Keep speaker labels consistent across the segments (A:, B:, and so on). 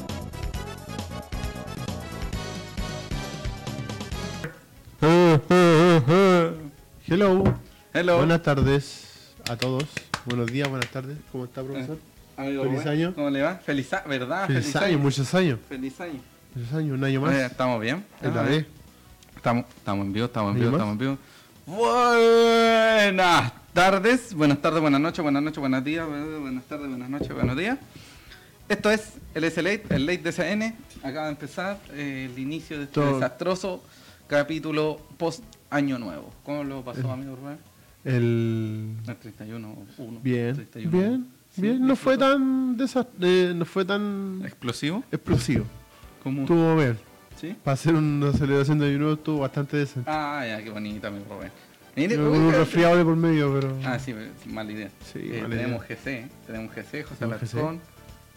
A: Hello.
B: Hello.
A: Buenas tardes a todos. Buenos días, buenas tardes. ¿Cómo está, profesor?
B: Amigo
A: Feliz
B: Rubén,
A: año.
B: ¿Cómo le va? Ah, Feliz año, Eh, ¿verdad?
A: Feliz año, muchos años.
B: Feliz año.
A: Muchos años, un año más.
B: Oye, ¿Estamos bien?
A: Es la
B: Ah,
A: D.
B: Estamos, estamos en vivo, estamos en
A: ¿Alguien
B: vivo, estamos en vivo. Buenas tardes, buenas tardes, buenas noches, buenas noches, buenos días, buenas buenas tardes, buenas noches, buenos días. Esto es el S-Late, el Late DCN. Acaba de empezar eh, el inicio de este
A: Todo.
B: desastroso capítulo post Año Nuevo. ¿Cómo lo
A: Eh.
B: pasó, amigo Rubén?
A: El...
B: El 31, 1.
A: Bien, bien, bien. No fue tan desas- eh, no fue tan
B: ¿Explosivo?
A: explosivo.
B: ¿Cómo?
A: Estuvo bien.
B: ¿Sí?
A: Para hacer una celebración de año nuevo estuvo bastante decente.
B: Ah, ya, qué bonita, mi Rubén. Mire,
A: Con
B: uy,
A: un
B: pero-
A: resfriado de por medio, pero...
B: Ah, sí, pero es mala idea.
A: Sí,
B: Eh,
A: mala idea.
B: tenemos GC, ¿eh? tenemos GC, José
A: Tenemos GC.
B: Alarcón,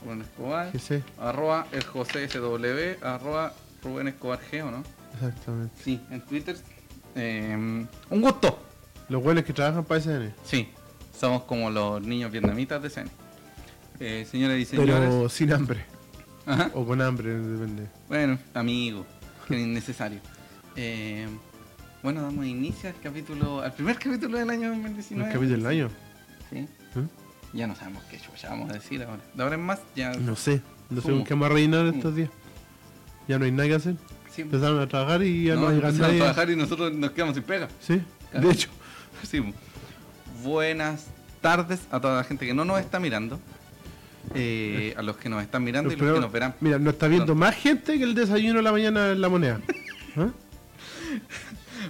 B: Rubén Escobar,
A: Que sé,
B: arroba el José SW, arroba Rubén Escobar G, ¿o no?
A: exactamente.
B: Sí, en Twitter. eh, un gusto.
A: Los buenos que trabajan para SN.
B: Sí, somos como los niños vietnamitas de CN. Eh, señoras y señores.
A: Pero sin hambre.
B: Ajá.
A: O con hambre, depende.
B: Bueno, amigo, que era innecesario. Eh, bueno, damos inicio al capítulo, al primer capítulo del año 2019.
A: ¿El capítulo del año?
B: Sí.
A: ¿Eh?
B: Ya no sabemos qué chucha vamos a decir ahora. De ahora en más, ya.
A: No sé, no sé
B: ¿Cómo?
A: con qué más rellenar estos días. Ya no hay nada que hacer.
B: Sí,
A: Empezaron a trabajar y ya no,
B: no,
A: hay
B: empezaron a
A: nadie.
B: trabajar y nosotros nos quedamos sin pega.
A: Sí,
B: Claro.
A: de hecho.
B: Sí. Buenas tardes a toda la gente que no nos está mirando. Eh, a los que nos están mirando y los
A: Pero-
B: que nos verán.
A: Mira, nos está viendo más gente que el desayuno de la mañana en la moneda. ¿Ah?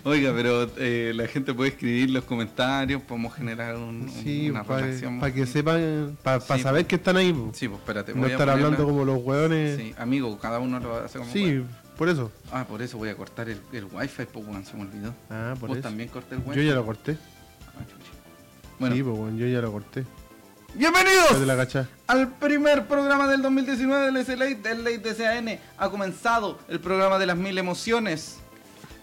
B: Oiga, pero eh, la gente puede escribir los comentarios, podemos generar un, un-
A: Sí, pues,
B: una
A: para
B: relación.
A: que sepan, para
B: Sí.
A: saber que están ahí. po.
B: Sí, pues espérate.
A: no
B: voy a
A: estar
B: ponerla-
A: hablando como los hueones. Sí,
B: Sí, amigo, cada uno lo hace como puede.
A: por eso.
B: Ah, por eso voy a cortar el, el wifi, pues weón, se me olvidó.
A: Ah, por
B: Vos
A: eso.
B: también corté el
A: Yo
B: wifi.
A: ya lo corté.
B: Ah, chucha. Bueno,
A: Sí, po, weón, yo ya lo corté. Ya te la
B: bienvenidos
A: cachá.
B: al primer programa del 2019 del SLA, del Ley DCAN. Ha comenzado el programa de las mil emociones.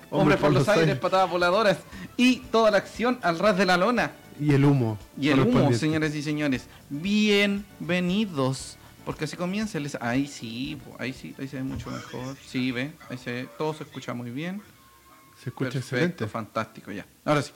A: Hombre
B: Hombres por los aires, patadas voladoras y toda la acción al ras de la lona.
A: Y el humo.
B: Y el humo,
A: correspondiente.
B: señores y señores. Bienvenidos. Porque así comienza el... es- Ahí sí, po, ahí sí, ahí se ve mucho mejor. Sí, ve, ahí se ve, todo se escucha muy bien.
A: Se escucha
B: Perfecto,
A: excelente.
B: fantástico, ya. Ahora sí.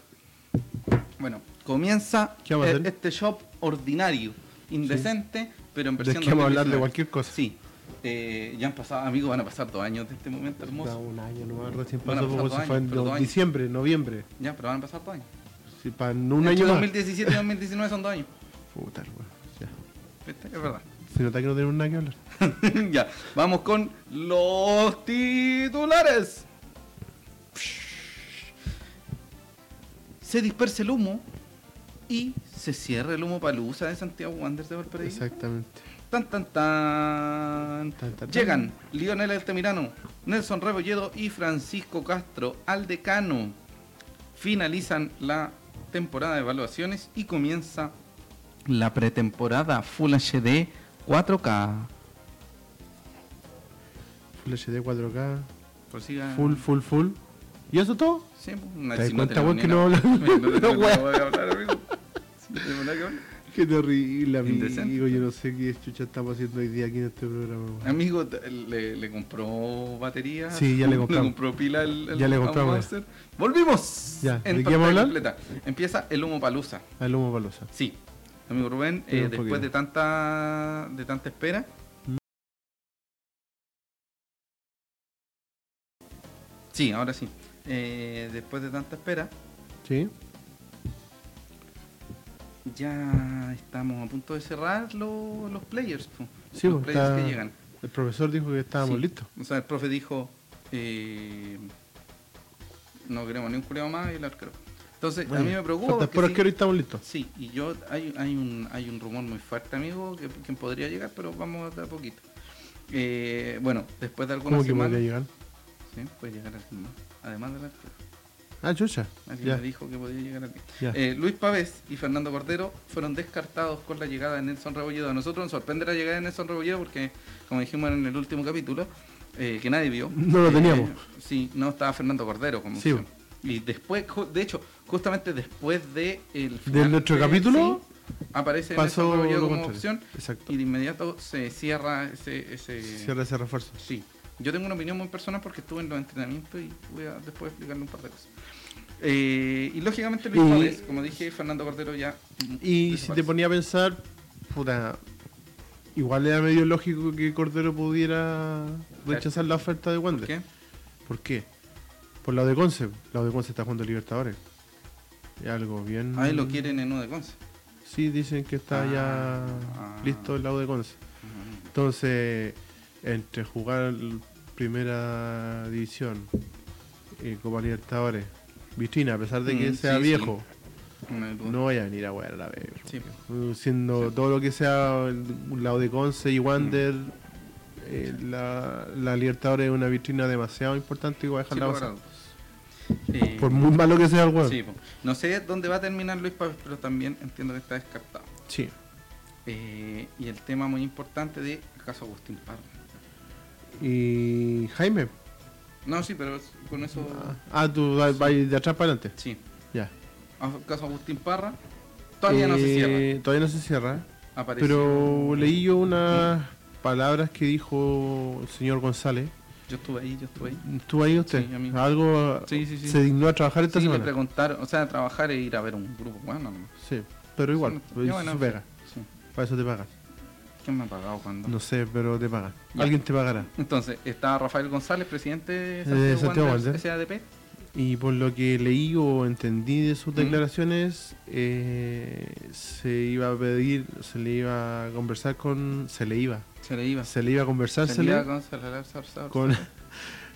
B: Bueno, comienza
A: ¿Qué vamos a
B: eh,
A: hacer?
B: este shop ordinario, indecente, pero en
A: De
B: versión
A: que vamos a hablar de
B: 2019.
A: cualquier cosa.
B: Sí. Eh, ya han pasado, amigos, van a pasar dos años de este momento
A: Da
B: hermoso.
A: un año nomás, recién
B: Bueno,
A: pasó
B: pasó
A: como
B: dos
A: si fue
B: años,
A: en
B: pero
A: do-
B: dos años.
A: diciembre, noviembre.
B: Ya, pero van a pasar dos años.
A: Sí, para un
B: Entre
A: año más.
B: 2017 y 2019 son dos años.
A: Puta, weón, ya.
B: ¿Viste? Es verdad.
A: Se nota que no tenemos nada que hablar.
B: ya, vamos con los titulares. Se dispersa el humo y se cierra el humo palusa de Santiago Wanderers de Valparaíso.
A: Exactamente.
B: Tan, tan,
A: Tan,
B: tan.
A: tan, tan.
B: Llegan Lionel Altamirano, Nelson Rebolledo y Francisco Castro al decano. Finalizan la temporada de evaluaciones y comienza la pretemporada Full HD 4K.
A: Full HD 4K,
B: Pues siga-
A: full, full, full. ¿Y eso todo?
B: Sí, pues, una-
A: ¿Te das
B: si no
A: cuenta,
B: tenemos
A: weón,
B: ni
A: que
B: una-
A: no hablamos?
B: Mira, no
A: No,
B: tenemos
A: weón.
B: nada que hablar, amigo. Si no tenemos nada que hablar.
A: Qué terrible, amigo.
B: Indecente. Em,
A: Yo no sé qué chucha estamos haciendo hoy día aquí en este programa. weón.
B: Amigo, t- le, le compró batería.
A: Sí, ya le compramos.
B: compró pila al, al-
A: Ya le
B: a un
A: compramos.
B: Monster. ¡Volvimos!
A: Ya, ¿de
B: En
A: qué vamos a
B: torta
A: hablar?
B: completa. Empieza el humo palusa.
A: Al humo palosa.
B: Sí. Amigo Rubén,
A: Pero
B: eh,
A: un
B: después
A: poquito.
B: de tanta de tanta espera.
A: Mm.
B: Sí, ahora sí. Eh, después de tanta espera,
A: ¿Sí?
B: ya estamos a punto de cerrar lo- los players. po.
A: Sí,
B: los
A: pues,
B: players
A: está-
B: que llegan.
A: El profesor dijo que estábamos
B: Sí.
A: listos.
B: O sea, el profe dijo, eh, no queremos ni un culiao más y el arquero. Entonces, a mí me preocupa
A: Falta
B: porque
A: puro
B: sí-
A: arquero y estamos listos.
B: Sí, y yo hay, hay un hay un rumor muy fuerte, amigo, que, que podría llegar, pero vamos de a poquito. Eh, bueno, después de
A: ¿Cómo
B: algunas
A: que podría
B: semanas,
A: llegar?
B: sí, puede llegar alguien más, además del arquero.
A: Ah, chucha.
B: Alguien
A: Ya,
B: me dijo que podía llegar alguien.
A: ya.
B: Eh, Luis Pavés y Fernando Cordero fueron descartados con la llegada de Nelson Rebolledo. A nosotros nos sorprende la llegada de Nelson Rebolledo porque, como dijimos en el último capítulo, eh, que nadie vio.
A: No lo
B: eh,
A: teníamos.
B: sí, no estaba Fernando Cordero como
A: Sí.
B: opción. Y después, ju- de hecho, justamente después de el
A: ¿De nuestro capítulo?
B: sí, aparece
A: Pasó
B: Nelson
A: lo
B: Rebolledo como
A: contrario.
B: opción
A: Exacto.
B: y de inmediato se cierra ese... ese...
A: Cierra ese refuerzo.
B: Sí, yo tengo una opinión muy personal porque estuve en los entrenamientos y voy a después explicarle un par de cosas. Eh, y lógicamente Luis
A: Y-
B: Suárez, como dije, Fernando Cordero ya. mm,
A: Y si te
B: desaparece.
A: ponía a pensar, puta, igual era medio lógico que Cordero pudiera rechazar la oferta de
B: ¿Por
A: Wander.
B: qué?
A: ¿Por qué? Por la de Conce. La de Conce está jugando Libertadores. Es algo bien.
B: Ahí Ah, lo quieren en U de Conce.
A: Sí, dicen que está ya
B: Ah.
A: listo el lado de Conce. Entonces, entre jugar Primera División y Copa Libertadores, Vitrina, a pesar de que
B: Mm,
A: sea
B: sí, sí.
A: viejo,
B: Una duda.
A: no voy a venir a jugar a la vez.
B: Sí.
A: Siendo todo lo que sea el- un lado de Conce y Wander,
B: Mm.
A: eh, la, la Libertadores es una vitrina demasiado importante y voy a
B: Sí,
A: dejarla
B: por
A: pasar.
B: adultos. Eh,
A: Por muy malo que sea el weón.
B: sí, po. No sé dónde va a terminar Luis Pávez, pero también entiendo que está descartado.
A: Sí.
B: Eh, y el tema muy importante de el caso Agustín Parra.
A: Y Jaime.
B: No, sí, pero es- con eso.
A: Ah, tú vas vas de atrás para adelante.
B: Sí.
A: Ya.
B: Ah, Caso Agustín Parra. Todavía no se
A: Eh,
B: cierra.
A: Todavía no se cierra.
B: Apareció.
A: Pero leí yo unas palabras que dijo el señor González.
B: Yo estuve ahí, yo estuve ahí.
A: ¿Estuvo ahí usted?
B: Sí, a mí.
A: Algo
B: Sí, sí, sí.
A: se dignó a trabajar esta
B: Sí, le
A: semana.
B: preguntaron, o sea, trabajar e ir a ver un grupo. Bueno, no.
A: Sí, pero igual,
B: Sí,
A: pues,
B: ya, bueno.
A: su pega.
B: Sí.
A: Para eso te pagan.
B: ¿Quién me ha pagado cuando?
A: No sé, pero te pagan.
B: Ya.
A: Alguien te pagará.
B: Entonces, está Rafael González, presidente de
A: Eh,
B: Santiago,
A: Santiago
B: Wanderers,
A: Wanderers.
B: SADP.
A: Y por lo que leí o entendí de sus
B: ¿Mm?
A: declaraciones, eh, se iba a pedir, se le iba a conversar con. Se le iba.
B: Se le iba.
A: Se le iba a conversar, se
B: Se
A: le
B: le iba con Salazar, Salazar.
A: con,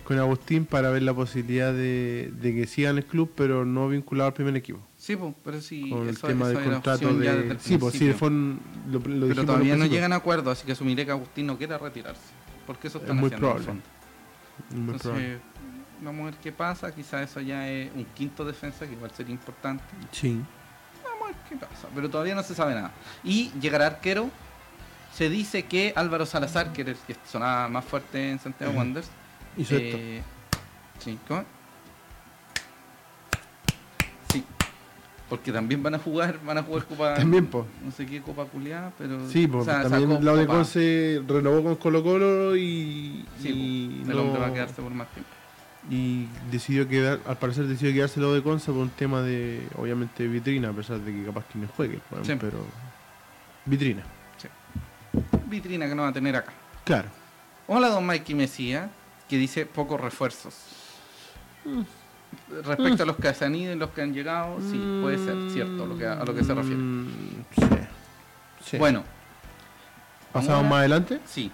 A: con Agustín para ver la posibilidad de, de que sigan el club, pero no vinculado al primer equipo.
B: Sí, pues, pero sí,
A: Con el
B: eso-
A: tema
B: eso
A: del
B: era
A: contrato
B: opción ya desde
A: de.
B: el
A: Sí, pues sí,
B: principio.
A: fue un- lo, lo dijimos
B: Pero
A: al
B: todavía no
A: principio.
B: llegan a acuerdo, así que asumiré que Agustín no quiera retirarse. Porque eso
A: Es
B: están
A: muy
B: haciendo, en el
A: probable,
B: fondo.
A: Muy probable.
B: Entonces, vamos a ver qué pasa. Quizás eso ya es un quinto defensa, que igual sería importante.
A: Sí.
B: Vamos a ver qué pasa. Pero todavía no se sabe nada. Y llegará arquero. Se dice que Álvaro Salazar, que era el que sonaba más fuerte en Santiago
A: Ujú.
B: Wanderers,
A: Hizo esto.
B: eh, sí, ¿cómo? Sí. Porque también van a jugar, van a jugar Copa.
A: También, pues. po.
B: No sé qué Copa culiada, pero.
A: Sí, porque
B: o sea, sacó
A: también la de
B: Copa.
A: Conce renovó con Colo Colo y,
B: Sí,
A: y,
B: po, el hombre
A: no-
B: va a quedarse por más tiempo.
A: y decidió quedar, al parecer decidió quedarse la de Conce por un tema de, obviamente, vitrina, a pesar de que capaz que no juegue, bueno,
B: Sí.
A: pero vitrina,
B: Vitrina que no va a tener acá.
A: claro.
B: Hola, don Mikey Mesía, que dice pocos refuerzos.
A: Mm.
B: Respecto a los que se han ido y los que han llegado, Oh, sí, puede ser, cierto, a lo que, a lo que se refiere.
A: Mm, sí. Sí.
B: Bueno,
A: ¿Pasamos
B: ahora-
A: más adelante?
B: Sí,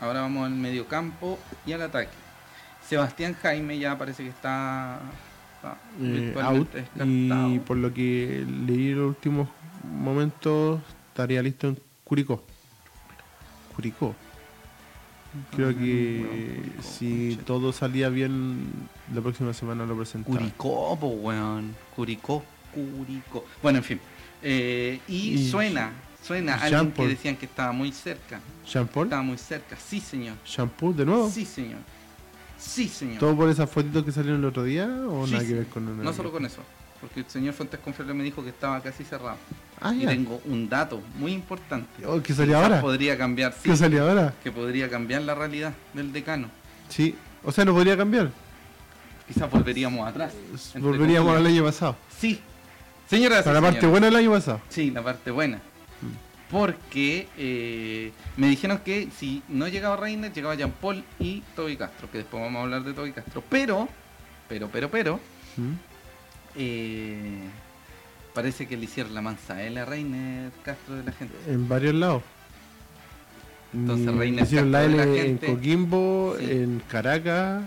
B: ahora vamos al mediocampo y al ataque. Sebastián Jaime ya parece que está, está
A: Eh, out.
B: virtualmente descartado.
A: Y por lo que leí en los últimos momentos, estaría listo en Curicó. Curicó. Creo que
B: Ah, Bueno, Curicó,
A: si
B: conche.
A: todo salía bien, la próxima semana lo presentaba.
B: Curicó, po, weón. Curicó, Curicó. Bueno, en fin. Eh, y,
A: Y-
B: suena, suena
A: y
B: alguien que
A: Jean-Paul.
B: decían que estaba muy cerca.
A: ¿Champol?
B: Estaba muy cerca, sí, señor.
A: ¿Champol de nuevo?
B: Sí, señor. Sí, señor.
A: ¿Todo por esas fotitos que salieron el otro día? ¿O
B: Sí,
A: nada que
B: sí.
A: ver con nada
B: no
A: que
B: solo
A: ver?
B: con eso, porque el señor Fuentes Confrere me dijo que estaba casi cerrado.
A: Ah,
B: y
A: ya.
B: tengo un dato muy importante.
A: Oh, ¿Qué
B: Quizás
A: salía ahora?
B: Podría cambiar, sí,
A: ¿Qué salía ahora?
B: que podría cambiar la realidad del decano.
A: Sí. O sea, no podría cambiar.
B: Quizás volveríamos atrás. entre
A: Volveríamos al
B: comillas.
A: año pasado.
B: Sí. Señoras y
A: Para la parte
B: señores.
A: buena Mm. del año pasado.
B: Sí, la parte buena. Porque eh, me dijeron que si no llegaba Reiner, llegaba Jean Paul y Toby Castro, que después vamos a hablar de Toby Castro. Pero, pero, pero, pero,
A: Mm.
B: eh, parece que le hicieron la manzaela a Reiner Castro de la gente.
A: En varios lados.
B: Entonces,
A: Mm,
B: Reina
A: hicieron la
B: escapó de
A: L
B: la
A: en
B: gente.
A: Coquimbo,
B: Sí.
A: en Caracas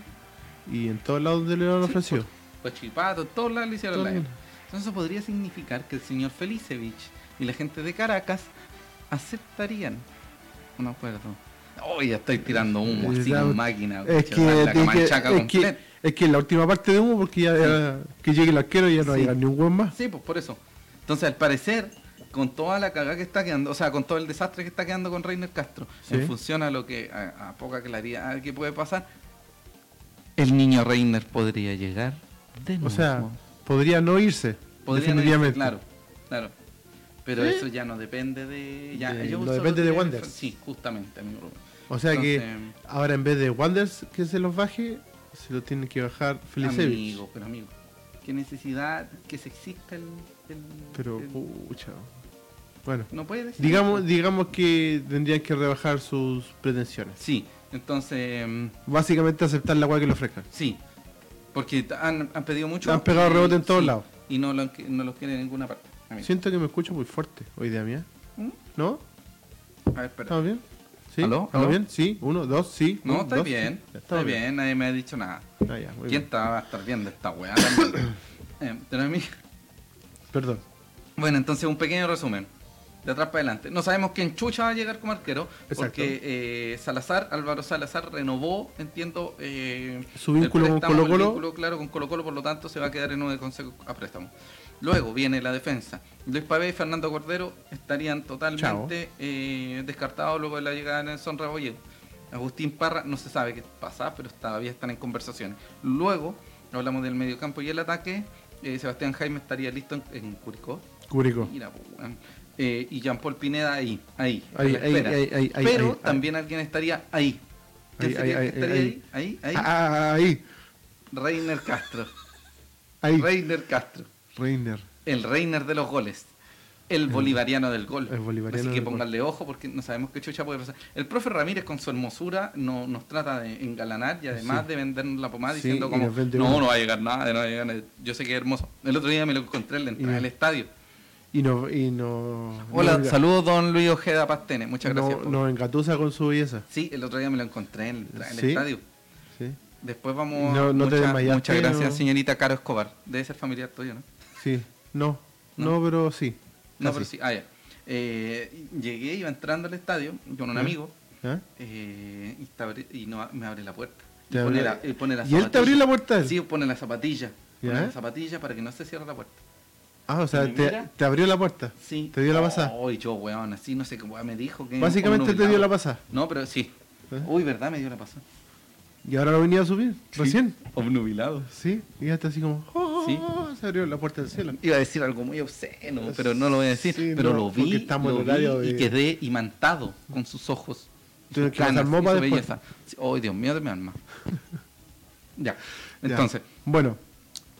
A: y en todos lados donde le han
B: Sí, pues,
A: ofrecido.
B: Cochipato, todos lados le hicieron la
A: Todo.
B: Entonces eso podría significar que el señor Felicevich y la gente de Caracas aceptarían un acuerdo. Hoy ya estoy tirando humo
A: Eh,
B: así
A: ya-
B: con máquina.
A: es,
B: coche,
A: que, tiene
B: la
A: que-
B: camanchaca
A: es, que,
B: completa.
A: es que la última parte de humo, porque ya era- que llegue el arquero ya no
B: Sí.
A: llega ni un buen más.
B: Sí, pues por eso. Entonces, al parecer, con toda la cagada que está quedando, o sea, con todo el desastre que está quedando con Reiner Castro,
A: Sí.
B: en función a lo que, a, a poca claridad que puede pasar, el niño Reiner podría llegar de nuevo.
A: O sea, podría no irse.
B: pues, podría no irse,
A: definitivamente.
B: claro, claro. Pero
A: ¿Sí?
B: eso ya no depende de. Ya,
A: De-
B: yo
A: no
B: solo
A: depende de
B: diría que
A: Wander.
B: fue- Sí, justamente, amigo Rubén.
A: O sea
B: Entonces,
A: que ahora en vez de Wanders que se los baje, se lo tienen que bajar Felicevich.
B: Amigo, pero amigo. Qué necesidad que se exista el. el-
A: Pero,
B: el-
A: pucha. Bueno,
B: no puede decir
A: digamos,
B: eso.
A: digamos que tendrían que rebajar sus pretensiones.
B: Sí, entonces. mm,
A: Básicamente aceptar la agua que le ofrezcan.
B: Sí, porque t- han, han pedido mucho.
A: Han pegado rebote en
B: y-
A: todos
B: sí,
A: lados.
B: Y no los no lo quieren en ninguna parte. amigo.
A: Siento que me escucho muy fuerte hoy día mía.
B: ¿Mm?
A: ¿No?
B: A ver, espera.
A: ¿Estamos bien? ¿Sí?
B: ¿Aló?
A: ¿Estamos
B: ¿Aló?
A: bien? Sí, uno, dos, sí.
B: No,
A: uno,
B: estoy
A: dos,
B: bien.
A: sí. Ya,
B: Estoy
A: estamos
B: bien. nadie me ha dicho nada.
A: Ah, ya, muy
B: ¿Quién
A: bien.
B: estaba a estar viendo esta weá? también? Eh, pero a mí-
A: Perdón.
B: Bueno, entonces un pequeño resumen. De atrás para adelante. No sabemos quién chucha va a llegar como arquero.
A: Exacto.
B: Porque eh, Salazar, Álvaro Salazar, renovó, entiendo. eh,
A: Su vínculo
B: el
A: con
B: préstamo, el
A: Colo-Colo.
B: vínculo, claro, con Colo Colo, por lo tanto se va a quedar en uno de consejo a préstamo. Luego viene la defensa. Luis Pavé y Fernando Cordero estarían totalmente eh, descartados luego de la llegada de Nelson Rebolledo. Agustín Parra, no se sabe qué pasa, pero todavía están en conversaciones. Luego, hablamos del mediocampo y el ataque. eh, Sebastián Jaime estaría listo en, en Curicó.
A: Cúrico.
B: Mira, po, weón. Eh, y Jean Paul Pineda ahí, ahí, a
A: Ahí,
B: la
A: ahí,
B: espera.
A: ahí, ahí, ahí,
B: Pero
A: ahí, ahí.
B: también alguien estaría ahí. ¿Quién
A: Ahí,
B: sería
A: ahí,
B: que estaría
A: ahí,
B: ahí? Ahí, ahí.
A: Ah, ahí,
B: Reiner Castro.
A: ahí.
B: Reiner Castro.
A: Reiner.
B: El Reiner de los goles. El bolivariano del gol.
A: el bolivariano
B: Así que
A: del gol.
B: pónganle ojo porque no sabemos qué chucha puede pasar. El profe Ramírez con su hermosura no, nos trata de engalanar y además
A: Sí.
B: de vendernos la pomada
A: Sí,
B: diciendo
A: y
B: como
A: nos vende
B: no,
A: humo".
B: no va a llegar nada, no va a llegar nada". Yo sé que es hermoso. El otro día me lo encontré en la entrada
A: Y-
B: del estadio.
A: Y no. Y no
B: Hola,
A: no-
B: saludos don Luis Ojeda Pastene. Muchas
A: no-
B: gracias. po.
A: Nos engatusa con su belleza.
B: Sí, el otro día me lo encontré en la entrada del
A: Sí.
B: estadio.
A: Sí.
B: Después vamos
A: No- no te
B: muchas-
A: desmayaste,
B: Muchas gracias,
A: ¿no?
B: señorita Caro Escobar. Debe ser familiar tuyo, ¿no?
A: Sí. No.
B: No.
A: No, pero sí.
B: No,
A: Casi.
B: pero sí, ah, ya. Eh, llegué, iba entrando al estadio con un
A: ¿Eh?
B: amigo
A: ¿Ah?
B: eh, y, está abri- y no, me abre la puerta. Y,
A: Te
B: pone,
A: abrió-
B: la, y pone la
A: ¿Y él te abrió la puerta?
B: Sí, pone la zapatilla. Pone
A: ¿Ya?
B: la zapatilla para que no se cierre la puerta.
A: Ah, o sea,
B: ¿Me
A: te,
B: mira?
A: te abrió la puerta.
B: Sí.
A: Te dio la pasada.
B: Oh, y yo, weón, así no sé qué weón me dijo. Que
A: Básicamente
B: un
A: te dio
B: nublado.
A: la pasada.
B: No, pero sí.
A: ¿Eh?
B: Uy, ¿verdad? Me dio la pasada.
A: Y ahora lo venía a subir. Recién.
B: Obnubilado.
A: Sí. Y ya está así como. oh,
B: Sí.
A: Se abrió la puerta del cielo.
B: Iba a decir algo muy obsceno, pero no lo voy a decir.
A: Sí,
B: pero
A: no,
B: lo vi,
A: porque estamos
B: lo
A: en horario
B: vi y
A: de-
B: quedé imantado con sus ojos. y
A: Tienes
B: sus
A: que pasar
B: canas y
A: mopa
B: su
A: después.
B: belleza. Sí, oh, Dios mío de mi alma. ya.
A: Ya.
B: Entonces,
A: Bueno,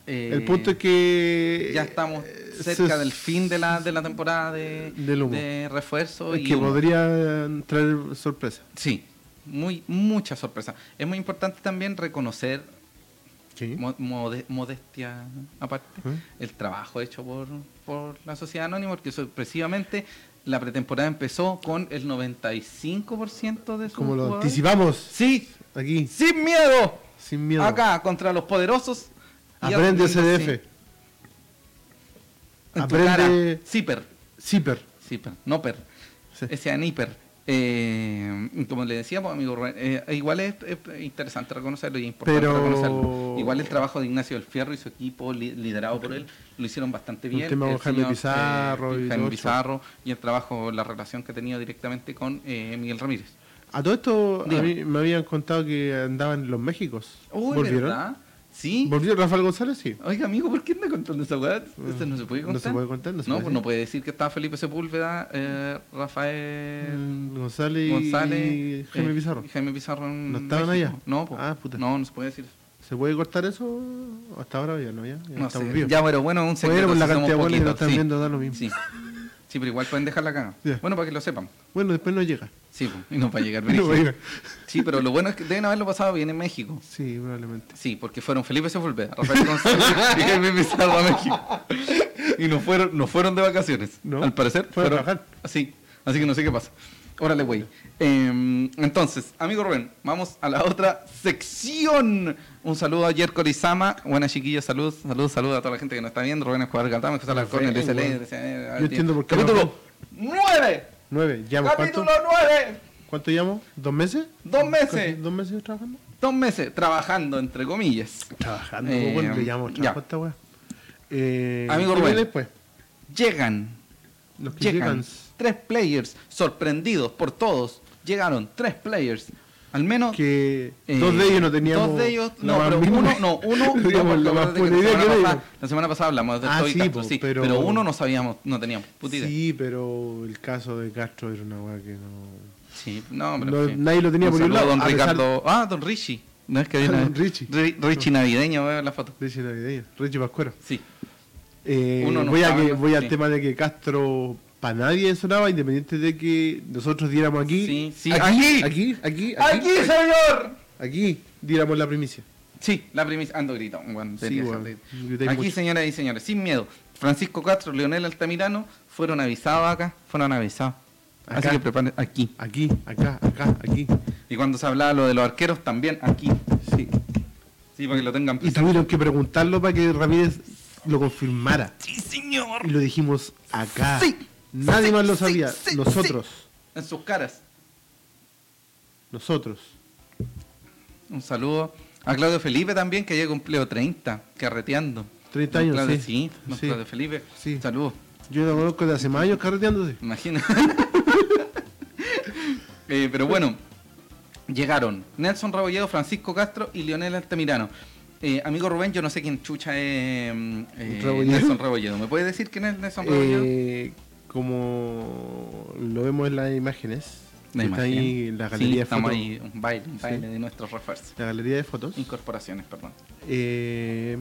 B: eh,
A: el punto es que.
B: ya estamos
A: eh,
B: cerca
A: se-
B: del fin de la, de la temporada de,
A: Del humo.
B: de refuerzo.
A: Es
B: y
A: que
B: humo.
A: podría traer sorpresa.
B: Sí, muy, mucha sorpresa. Es muy importante también reconocer,
A: Sí.
B: mo- mode- modestia aparte,
A: ¿Eh?
B: el trabajo hecho por, por la sociedad anónima, porque sorpresivamente la pretemporada empezó con el 95% de sus
A: Como lo
B: jugadores.
A: anticipamos
B: Sí,
A: aquí,
B: sin miedo.
A: sin miedo.
B: Acá contra los poderosos. y
A: Aprende
B: abriéndose
A: CDF,
B: en tu
A: Aprende-
B: cara. Zipper.
A: Zipper.
B: Zipper, no per.
A: Sí.
B: Ese hiper. Eh, como le decíamos, amigo Rubén, eh, igual es, es interesante reconocerlo y importante
A: Pero-
B: reconocerlo. Igual el trabajo de Ignacio del Fierro y su equipo, li- liderado por él, lo hicieron bastante
A: El
B: bien.
A: tema con Jaime Pizarro
B: y
A: y
B: Jaime
A: Ochoa.
B: Pizarro y el trabajo, la relación que ha tenido directamente con eh, Miguel Ramírez.
A: A todo esto a
B: Diga.
A: mí me habían contado que andaban en los Méxicos.
B: Uy,
A: ¿Volvieron?
B: ¿verdad? Sí.
A: ¿Volvieron Rafael González? Sí.
B: Oiga, amigo, ¿por qué anda contando esa weá? Esto no se
A: Ah,
B: puede
A: No
B: contar.
A: se puede contar, no se puede
B: pues
A: decir.
B: no puede decir que estaba Felipe Sepúlveda, eh, Rafael.
A: Mm, González, y
B: Eh, González,
A: Jaime
B: eh,
A: Pizarro.
B: y Jaime Pizarro en
A: ¿No estaban
B: México.
A: allá?
B: No, po.
A: Ah, puta.
B: no, no se puede decir.
A: ¿Se puede cortar eso? Hasta ahora ya no, ya. ya
B: No
A: estamos
B: sé.
A: vivos.
B: Ya, pero bueno, un
A: Bueno,
B: secreto.
A: por la
B: si somos
A: cantidad de buenos que nos
B: poquitos,
A: están
B: sí.
A: viendo, da lo mismo.
B: Sí. Sí, pero igual pueden dejarla acá.
A: Ya.
B: Bueno, para que lo sepan.
A: Bueno, después no llega.
B: Sí, po, y nos va a llegar
A: No
B: brígido.
A: llega.
B: Sí, pero lo bueno es que deben haberlo pasado bien en México.
A: Sí, probablemente.
B: Sí, porque fueron Felipe Sepúlveda, Rafael González y Jaime Pizarro a México. Y no fueron, no fueron de vacaciones.
A: No,
B: Al parecer
A: fueron a trabajar.
B: Sí, así que no sé qué pasa. Órale, güey. Eh, entonces, amigo Rubén, vamos a la otra sección. Un saludo a Jerko Lizama. Buenas chiquillos, saludos, saludos, saludos a toda la gente que nos está viendo. Rubén Escobar Galtame, José Alarcón, el
A: Rubén,
B: DSL.
A: güey. Yo entiendo por qué
B: Capítulo
A: no-
B: 9.
A: Nueve. ¿Llamo cuánto?
B: Capítulo 9.
A: ¿Cuánto llamo? ¿Dos meses?
B: Dos meses.
A: Casi ¿Dos meses trabajando?
B: Dos meses trabajando, entre comillas.
A: Trabajando, pues,
B: Eh,
A: bueno, le llamo
B: ya.
A: trabajo a esta wea. Eh,
B: Amigo
A: ¿qué viene
B: Rubén.
A: después?
B: Llegan
A: Los que
B: Llegan
A: llegan.
B: tres players sorprendidos por todos. Llegaron tres players. Al menos
A: Que
B: eh,
A: dos de ellos no teníamos.
B: Dos de ellos,
A: la
B: no,
A: más
B: pero
A: mínima-
B: uno, no, uno, no,
A: digamos,
B: porque
A: la más
B: acuérdate que
A: buena idea
B: la,
A: que
B: semana
A: le
B: pasada,
A: digo.
B: la semana pasada hablamos de
A: Ah,
B: Toy
A: sí,
B: Castro,
A: po,
B: sí, pero...
A: pero-
B: uno no sabíamos, no teníamos puta idea. Sí,
A: Sí, pero el caso de Castro era una weá que no.
B: no, pero
A: No,
B: sí.
A: nadie lo tenía
B: Un
A: por ningún
B: saludo a
A: lado,
B: Don
A: a pesar-
B: Ricardo, ah, Don Richie. No es que había una-
A: Richie.
B: Ri- Richie navideño, voy a ver la foto.
A: Richie Navideño, Richie Pascuero.
B: Sí.
A: Eh,
B: Uno no
A: voy a
B: sabe
A: que-
B: lo que
A: voy al
B: tiene.
A: tema de que Castro para nadie sonaba, independiente de que nosotros diéramos aquí.
B: Sí, sí,
A: aquí,
B: aquí.
A: aquí, aquí,
B: ¡Aquí, señor!
A: aquí diéramos la primicia.
B: Sí, la primicia. Ando gritón, weón,
A: Sí,
B: debería
A: weón,
B: dejar de-
A: gritáis
B: Aquí,
A: mucho.
B: señoras y señores, sin miedo. Francisco Castro, Leonel Altamirano fueron avisados acá, fueron avisados. Así
A: Acá.
B: que preparen aquí.
A: Aquí, acá, acá, aquí.
B: Y cuando se hablaba lo de los arqueros, también aquí.
A: Sí.
B: Sí, para que lo tengan
A: Y
B: presente.
A: tuvieron que preguntarlo para que Ramírez lo confirmara.
B: Sí, señor.
A: Y lo dijimos acá.
B: Sí,
A: Nadie
B: sí,
A: más lo
B: sí,
A: sabía.
B: sí,
A: nosotros.
B: En sus caras.
A: Nosotros.
B: Un saludo a Claudio Felipe también, que ayer cumplió 30, carreteando.
A: 30
B: Don
A: años,
B: Claudio,
A: sí.
B: sí. don
A: Sí.
B: Claudio Felipe.
A: Sí.
B: Saludos.
A: Yo lo conozco desde hace más años carreteándose.
B: Imagina. Eh, pero bueno, llegaron Nelson Rebolledo, Francisco Castro y Leonel Altamirano. Eh, amigo Rubén, yo no sé quién chucha es mm, eh,
A: Rebolledo.
B: Nelson Rebolledo. ¿Me puede decir quién es Nelson Rebolledo?
A: Eh, como lo vemos en las imágenes.
B: La
A: que está
B: imagen.
A: ahí en la
B: Sí,
A: galería de
B: estamos
A: fotos.
B: ahí, un baile, un
A: Sí.
B: baile de nuestros refuerzos.
A: La galería de fotos.
B: Incorporaciones, perdón.
A: Eh,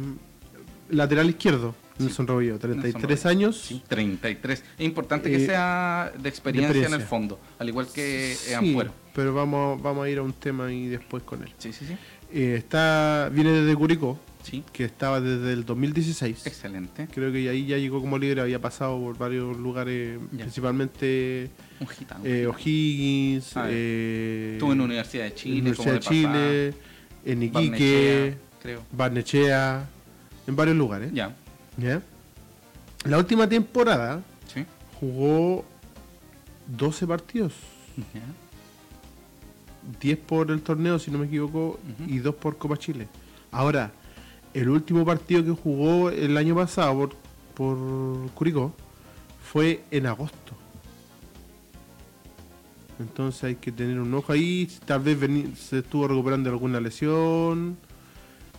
A: lateral izquierdo. Nelson Rebolledo, 33 años.
B: Sí, 33. Es importante
A: Eh,
B: que sea de experiencia,
A: de
B: en el
A: experiencia.
B: fondo, al igual que eh,
A: Sí,
B: Ampuero.
A: pero vamos, vamos a ir a un tema ahí después con él.
B: Sí, sí, sí.
A: Eh, está, viene desde Curicó,
B: Sí,
A: que estaba desde el 2016.
B: excelente.
A: Creo que ahí ya llegó como líder, había pasado por varios lugares,
B: Ya.
A: principalmente
B: Un gitano.
A: eh, O'Higgins,
B: Ah, ya.
A: eh,
B: Estuvo en Universidad de Chile,
A: Universidad de
B: como de pasada,
A: Chile, en Iquique,
B: Barnechea, creo.
A: Barnechea, en varios lugares.
B: Ya,
A: ¿Ya? La última temporada
B: sí.
A: jugó 12 partidos,
B: Ya.
A: 10 por el torneo, si no me equivoco,
B: Ujú.
A: y 2 por Copa Chile. Ahora, el último partido que jugó el año pasado por, por Curicó fue en agosto. Entonces hay que tener un ojo ahí. Tal vez veni- se estuvo recuperando de alguna lesión.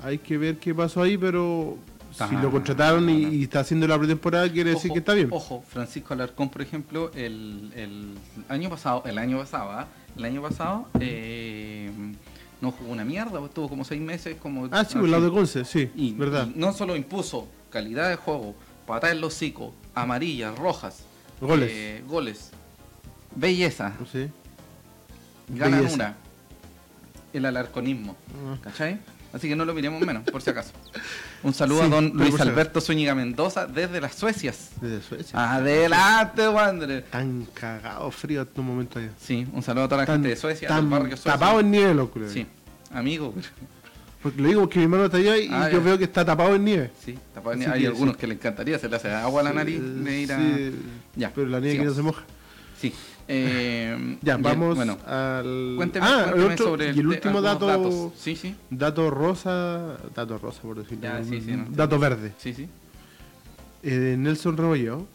A: Hay que ver qué pasó ahí, pero si
B: Está-
A: lo contrataron y, y está haciendo la pretemporada, quiere decir
B: Ojo,
A: que está bien.
B: Ojo, Francisco Alarcón, por ejemplo, el, el año pasado, el año pasado, ¿ah? el año pasado, eh, no jugó una mierda, pues, estuvo como seis meses como...
A: Ah, sí,
B: así.
A: por el lado de Conce, sí,
B: Y,
A: verdad.
B: y no solo impuso calidad de juego, patada en los hocico, amarillas, rojas,
A: Goles.
B: eh, goles, belleza,
A: Sí.
B: ganan
A: Belleza.
B: una. El alarconismo.
A: Ah.
B: ¿Cachai? Así que no lo miremos menos, por si acaso. Un saludo
A: Sí,
B: a don
A: pero por
B: Luis
A: si acaso.
B: Alberto Zúñiga Mendoza desde las Suecias.
A: Desde Suecia.
B: Ah. Adelante, Wander.
A: Tan cagado frío hasta un momento allá.
B: Sí, un saludo a toda la gente de Suecia, del
A: tan
B: barrio Suecia.
A: tapado en nieve, loco.
B: Sí, amigo.
A: Porque lo digo porque mi hermano está allá y
B: Ah,
A: yo
B: ya.
A: veo que está tapado en nieve.
B: Sí, tapado en-
A: Así
B: Hay
A: que,
B: algunos
A: sí.
B: que le encantaría, se le hace agua a la nariz de ir a.
A: Sí,
B: Ya,
A: pero la nieve que no
B: sigamos.
A: se moja.
B: Sí. Eh,
A: Ya,
B: bien,
A: vamos
B: Bueno,
A: al...
B: cuénteme,
A: ah, el
B: cuénteme
A: otro-
B: sobre
A: y el
B: te-
A: último
B: algunos
A: dato...
B: datos. Sí, sí.
A: Dato rosa... Dato rosa, por decirlo.
B: Ya, sí, sí, no,
A: dato verde.
B: Sí, sí.
A: Eh, Nelson Rebollo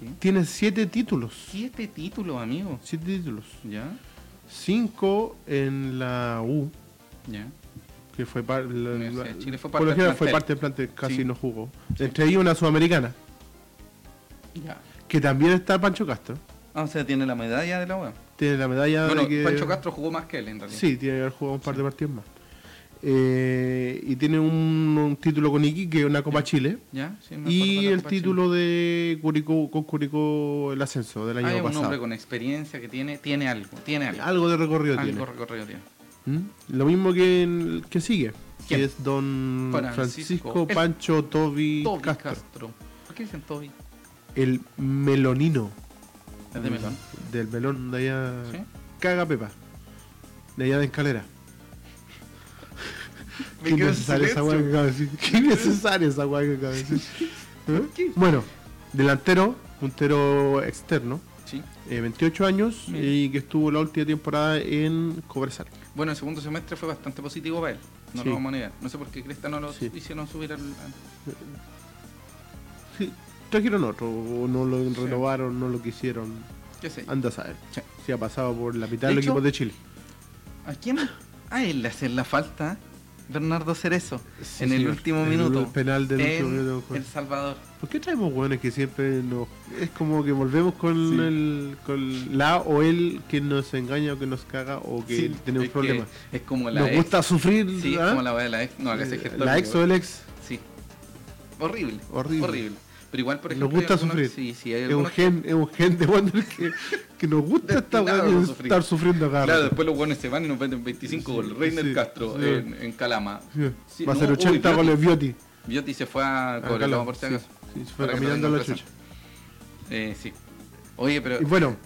B: sí.
A: tiene siete títulos.
B: Siete títulos, amigo.
A: Siete títulos.
B: Ya,
A: Cinco en la U,
B: ya.
A: que fue par- la-
B: Universidad
A: la-
B: de Chile fue
A: por
B: parte
A: lo
B: del
A: general fue
B: plantel.
A: parte del plantel, casi
B: Sí.
A: no jugó. Entre ellos una sudamericana,
B: Ya.
A: que también está Pancho Castro.
B: Ah, o sea, tiene la medalla de la web.
A: Tiene la medalla
B: Bueno,
A: de que...
B: Pancho Castro jugó más que él, en realidad.
A: Sí, tiene que haber jugado un par de partidos más. Eh, y tiene un, un título con Iquique, una Copa Chile.
B: ¿Ya? sí, me acuerdo de
A: Y
B: la
A: el
B: Copa Chile.
A: título de Curicó, con Curicó el ascenso del año
B: Ah, es un
A: pasado.
B: hombre con experiencia que tiene, tiene algo, tiene algo.
A: Algo de recorrido
B: algo
A: tiene.
B: recorrido tiene.
A: ¿Mm? Lo mismo que el que sigue,
B: ¿Quién?
A: que es don
B: Francisco-
A: Francisco,
B: el-
A: Pancho Toby,
B: Toby
A: Castro.
B: Castro. ¿Por qué dicen Toby?
A: El melonino.
B: Es de
A: Mm.
B: melón.
A: Del melón de allá.
B: ¿Sí?
A: Caga Pepa. De allá de Escalera. Qué
B: Me quedo en
A: innecesaria esa weá que
B: silencio.
A: acabo de decir. Qué innecesaria esa weá que acabo de decir. ¿Eh?
B: qué?
A: Bueno, delantero, puntero externo,
B: Sí.
A: eh, 28 años
B: Mira.
A: y que estuvo la última temporada en Cobresal.
B: Bueno, el segundo semestre fue bastante positivo para él. No
A: Sí.
B: lo vamos a negar. No sé por qué Cresta no lo
A: Sí.
B: hicieron subir al. al-
A: Sí, trajeron otro, o no lo
B: Sí.
A: renovaron, no lo quisieron.
B: ¿Qué sé? yo.
A: Anda a saber.
B: Sí.
A: Si ha pasado por la mitad
B: De
A: de los
B: hecho-
A: equipos de Chile.
B: ¿A quién? A él le hacen la falta. ¿eh? Bernardo Cerezo
A: Sí,
B: en el
A: señor.
B: último
A: En el
B: minuto.
A: penal del último
B: en
A: minuto, Juan.
B: El Salvador.
A: ¿Por qué traemos hueones que siempre nos... Es como que volvemos con
B: Sí.
A: el con la o el que nos engaña o que nos caga o que
B: Sí,
A: tenemos
B: es que
A: problemas.
B: Es como la
A: Nos
B: ex.
A: gusta sufrir.
B: Sí, es
A: ¿ah?
B: como la weá de la ex. No, que se
A: Eh,
B: gestó
A: la
B: el
A: ex o
B: weón.
A: el ex.
B: Sí. Horrible.
A: Horrible.
B: Horrible. Pero igual, por
A: Nos
B: ejemplo. hay
A: gusta
B: algunos-
A: sufrir.
B: Sí, sí, hay
A: Es un,
B: algunos.
A: gen, es un gen de Wander que, que nos gusta esta weá
B: Destinado a
A: de
B: sufrir.
A: estar sufriendo acá.
B: Claro, después los buenos se van y nos venden 25 goles. Reiner
A: sí,
B: Castro
A: sí.
B: en, en Calama. Sí,
A: Va a
B: no,
A: ser
B: uy,
A: 80
B: Bioti.
A: goles Bioti.
B: Bioti se fue a
A: Acá
B: Cobreloa,
A: lo-
B: por si
A: sí,
B: acaso.
A: sí, se fue
B: Para que
A: caminando
B: lo
A: la
B: tengan
A: chucha.
B: Eh, sí. Oye, pero.
A: Y bueno,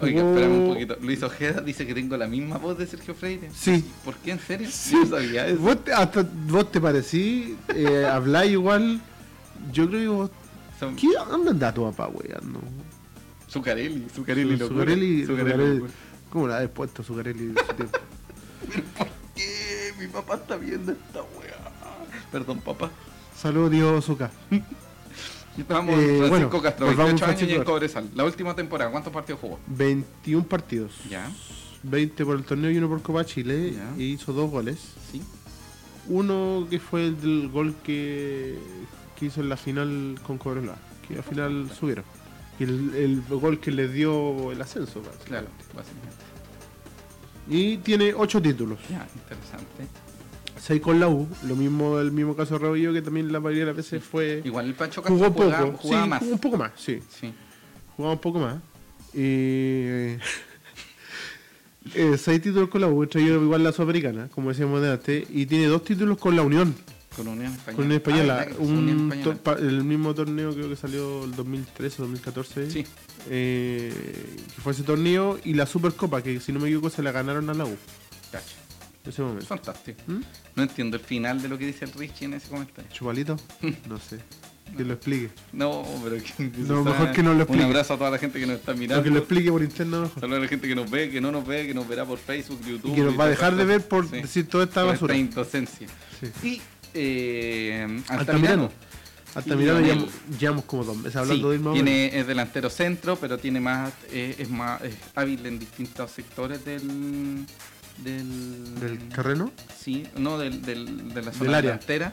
B: Oiga,
A: jugó-
B: espérame un poquito. Luis Ojeda dice que tengo la misma voz de Sergio Freire.
A: Sí.
B: ¿Por qué? ¿En serio?
A: Sí.
B: Yo no sabía eso.
A: Vos te, hasta vos te parecí, eh, habláis igual. Yo creo que vos.
B: Son-
A: ¿Qué onda andás tu papá weyando?
B: Zuccarelli, Zuccarelli,
A: Su-
B: locura.
A: Zuccarelli,
B: Zuccarelli,
A: Zuccarelli.
B: locura.
A: ¿Cómo la habéis puesto Zuccarelli en su tiempo?
B: ¿Qué? Mi papá está viendo esta weá. Perdón, papá.
A: Saludos, Diego Zucca.
B: Estábamos
A: Eh,
B: en Francisco
A: bueno,
B: Castro,
A: volvamos
B: 28
A: a
B: años y en
A: Francisco.
B: Cobresal. La última temporada, ¿cuántos partidos jugó?
A: 21 partidos.
B: Ya,
A: 20 por el torneo y uno por Copa Chile.
B: Ya.
A: Y hizo dos goles.
B: sí.
A: Uno que fue el del gol que, que hizo en la final con Cobreloa, que al final subieron. Y el, el gol que les dio el ascenso. básicamente.
B: Claro, básicamente.
A: Y tiene ocho títulos.
B: Ya, interesante.
A: Seis con la U, lo mismo el mismo caso de Rebollo que también la mayoría de las veces fue
B: Igual el Pancho
A: jugó
B: Castro jugaba,
A: poco,
B: jugaba
A: sí,
B: más.
A: jugó un poco más, sí,
B: Sí.
A: jugaba un poco más. Y eh, seis títulos con la U, entre ellos igual la Sudamericana, como decíamos de antes, y tiene dos títulos con la Unión.
B: Con Unión Española.
A: Con Unión
B: Ah,
A: Española,
B: verdad que
A: un
B: con Unión Española.
A: to- pa- el mismo torneo creo que salió el 2013 o 2014.
B: Sí.
A: Eh, que fue ese torneo y la Supercopa, que si no me equivoco se la ganaron a la U
B: Cacho.
A: en ese momento.
B: Fantástico.
A: ¿Mm?
B: No entiendo el final de lo que dice el Richie en ese comentario.
A: ¿Chupalito? No sé. Que lo explique.
B: No, pero que,
A: No, mejor que no lo
B: Un
A: explique.
B: abrazo a toda la gente que nos está
A: O
B: mirando.
A: que lo explique por interno mejor.
B: Saludos a la gente que nos ve, que no nos ve, que nos verá por Facebook, YouTube.
A: Y que nos va a dejar de ver por
B: Sí.
A: decir toda esta
B: Por
A: basura.
B: esta indocencia.
A: Sí.
B: Y eh,
A: Altamirano.
B: Altamirano.
A: Altamirano
B: Y
A: llevamos,
B: Lionel.
A: llevamos como dos meses hablando
B: Sí,
A: de Irma Moreno.
B: tiene, es delantero centro, pero tiene más eh, es más es hábil en distintos sectores del del,
A: del terreno.
B: sí, no del, del- de la zona
A: Del área.
B: delantera.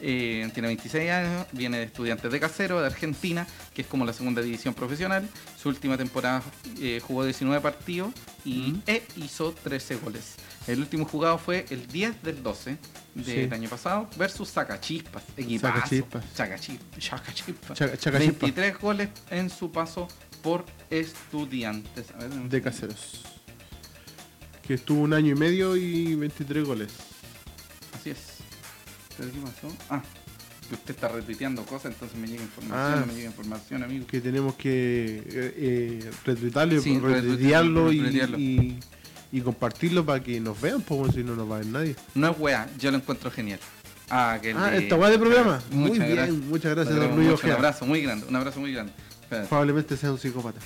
B: Eh, tiene 26 años, viene de Estudiantes de Casero, de Argentina, que es como la segunda división profesional. Su última temporada eh, jugó 19 partidos y,
A: Mm.
B: e hizo 13 goles. El último jugado fue el 10 del 12 del
A: Sí.
B: año pasado versus Sacachispas, equipazo.
A: Sacachispas.
B: Sacachispas. Sacachispas.
A: Chaca- Chacachispa
B: 23 goles en su paso por Estudiantes. A ver,
A: de Caseros. Que estuvo un año y medio y 23 goles.
B: Así es. ¿Pero qué pasó? Ah, que usted está retuiteando cosas, entonces me llega información,
A: Ah.
B: no me llega información, amigo.
A: Que tenemos que eh, eh, retuitarlo,
B: Sí,
A: retuitearlo y,
B: retuitearlo.
A: y- y compartirlo para que nos vean, porque si no nos va a ver nadie.
B: No es weá, yo lo encuentro genial. Ah, que
A: Ah,
B: le-
A: esta guay de programa.
B: Muchas
A: Muy bien,
B: gracias.
A: muchas
B: Le
A: gracias, don
B: damos
A: Luis
B: mucho, Un
A: Ojeda.
B: abrazo muy grande, un abrazo muy grande. Espérate.
A: Probablemente sea un psicópata.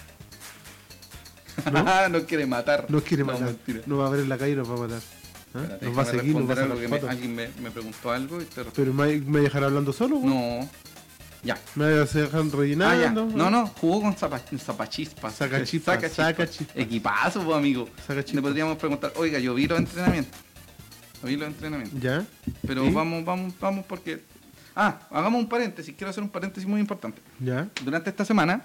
B: Ah, no quiere matar.
A: Nos quiere
B: No,
A: matar.
B: mentira.
A: Nos va a ver en la calle y nos va a matar. ¿Ah?
B: Espérate,
A: Nos va a
B: déjame
A: seguir, nos va a
B: responder
A: sacar
B: algo que me-
A: fotos.
B: Alguien me, me preguntó algo y te respondí.
A: Pero me, me dejará hablando solo, güey?
B: No. Ya.
A: Me vas a dejar
B: Ah, ya.
A: rellenando.
B: No, no, jugó con zapa- zapachispas.
A: Sacachispas,
B: Sacachispas.
A: sacachispas.
B: Equipazo, pues, amigo.
A: Sacachispas.
B: Le podríamos preguntar, oiga, yo vi los entrenamientos. Yo vi los entrenamientos.
A: ¿Ya?
B: Pero
A: ¿Y?
B: vamos, vamos, vamos porque... Ah, hagamos un paréntesis. Quiero hacer un paréntesis muy importante.
A: ¿Ya?
B: Durante esta semana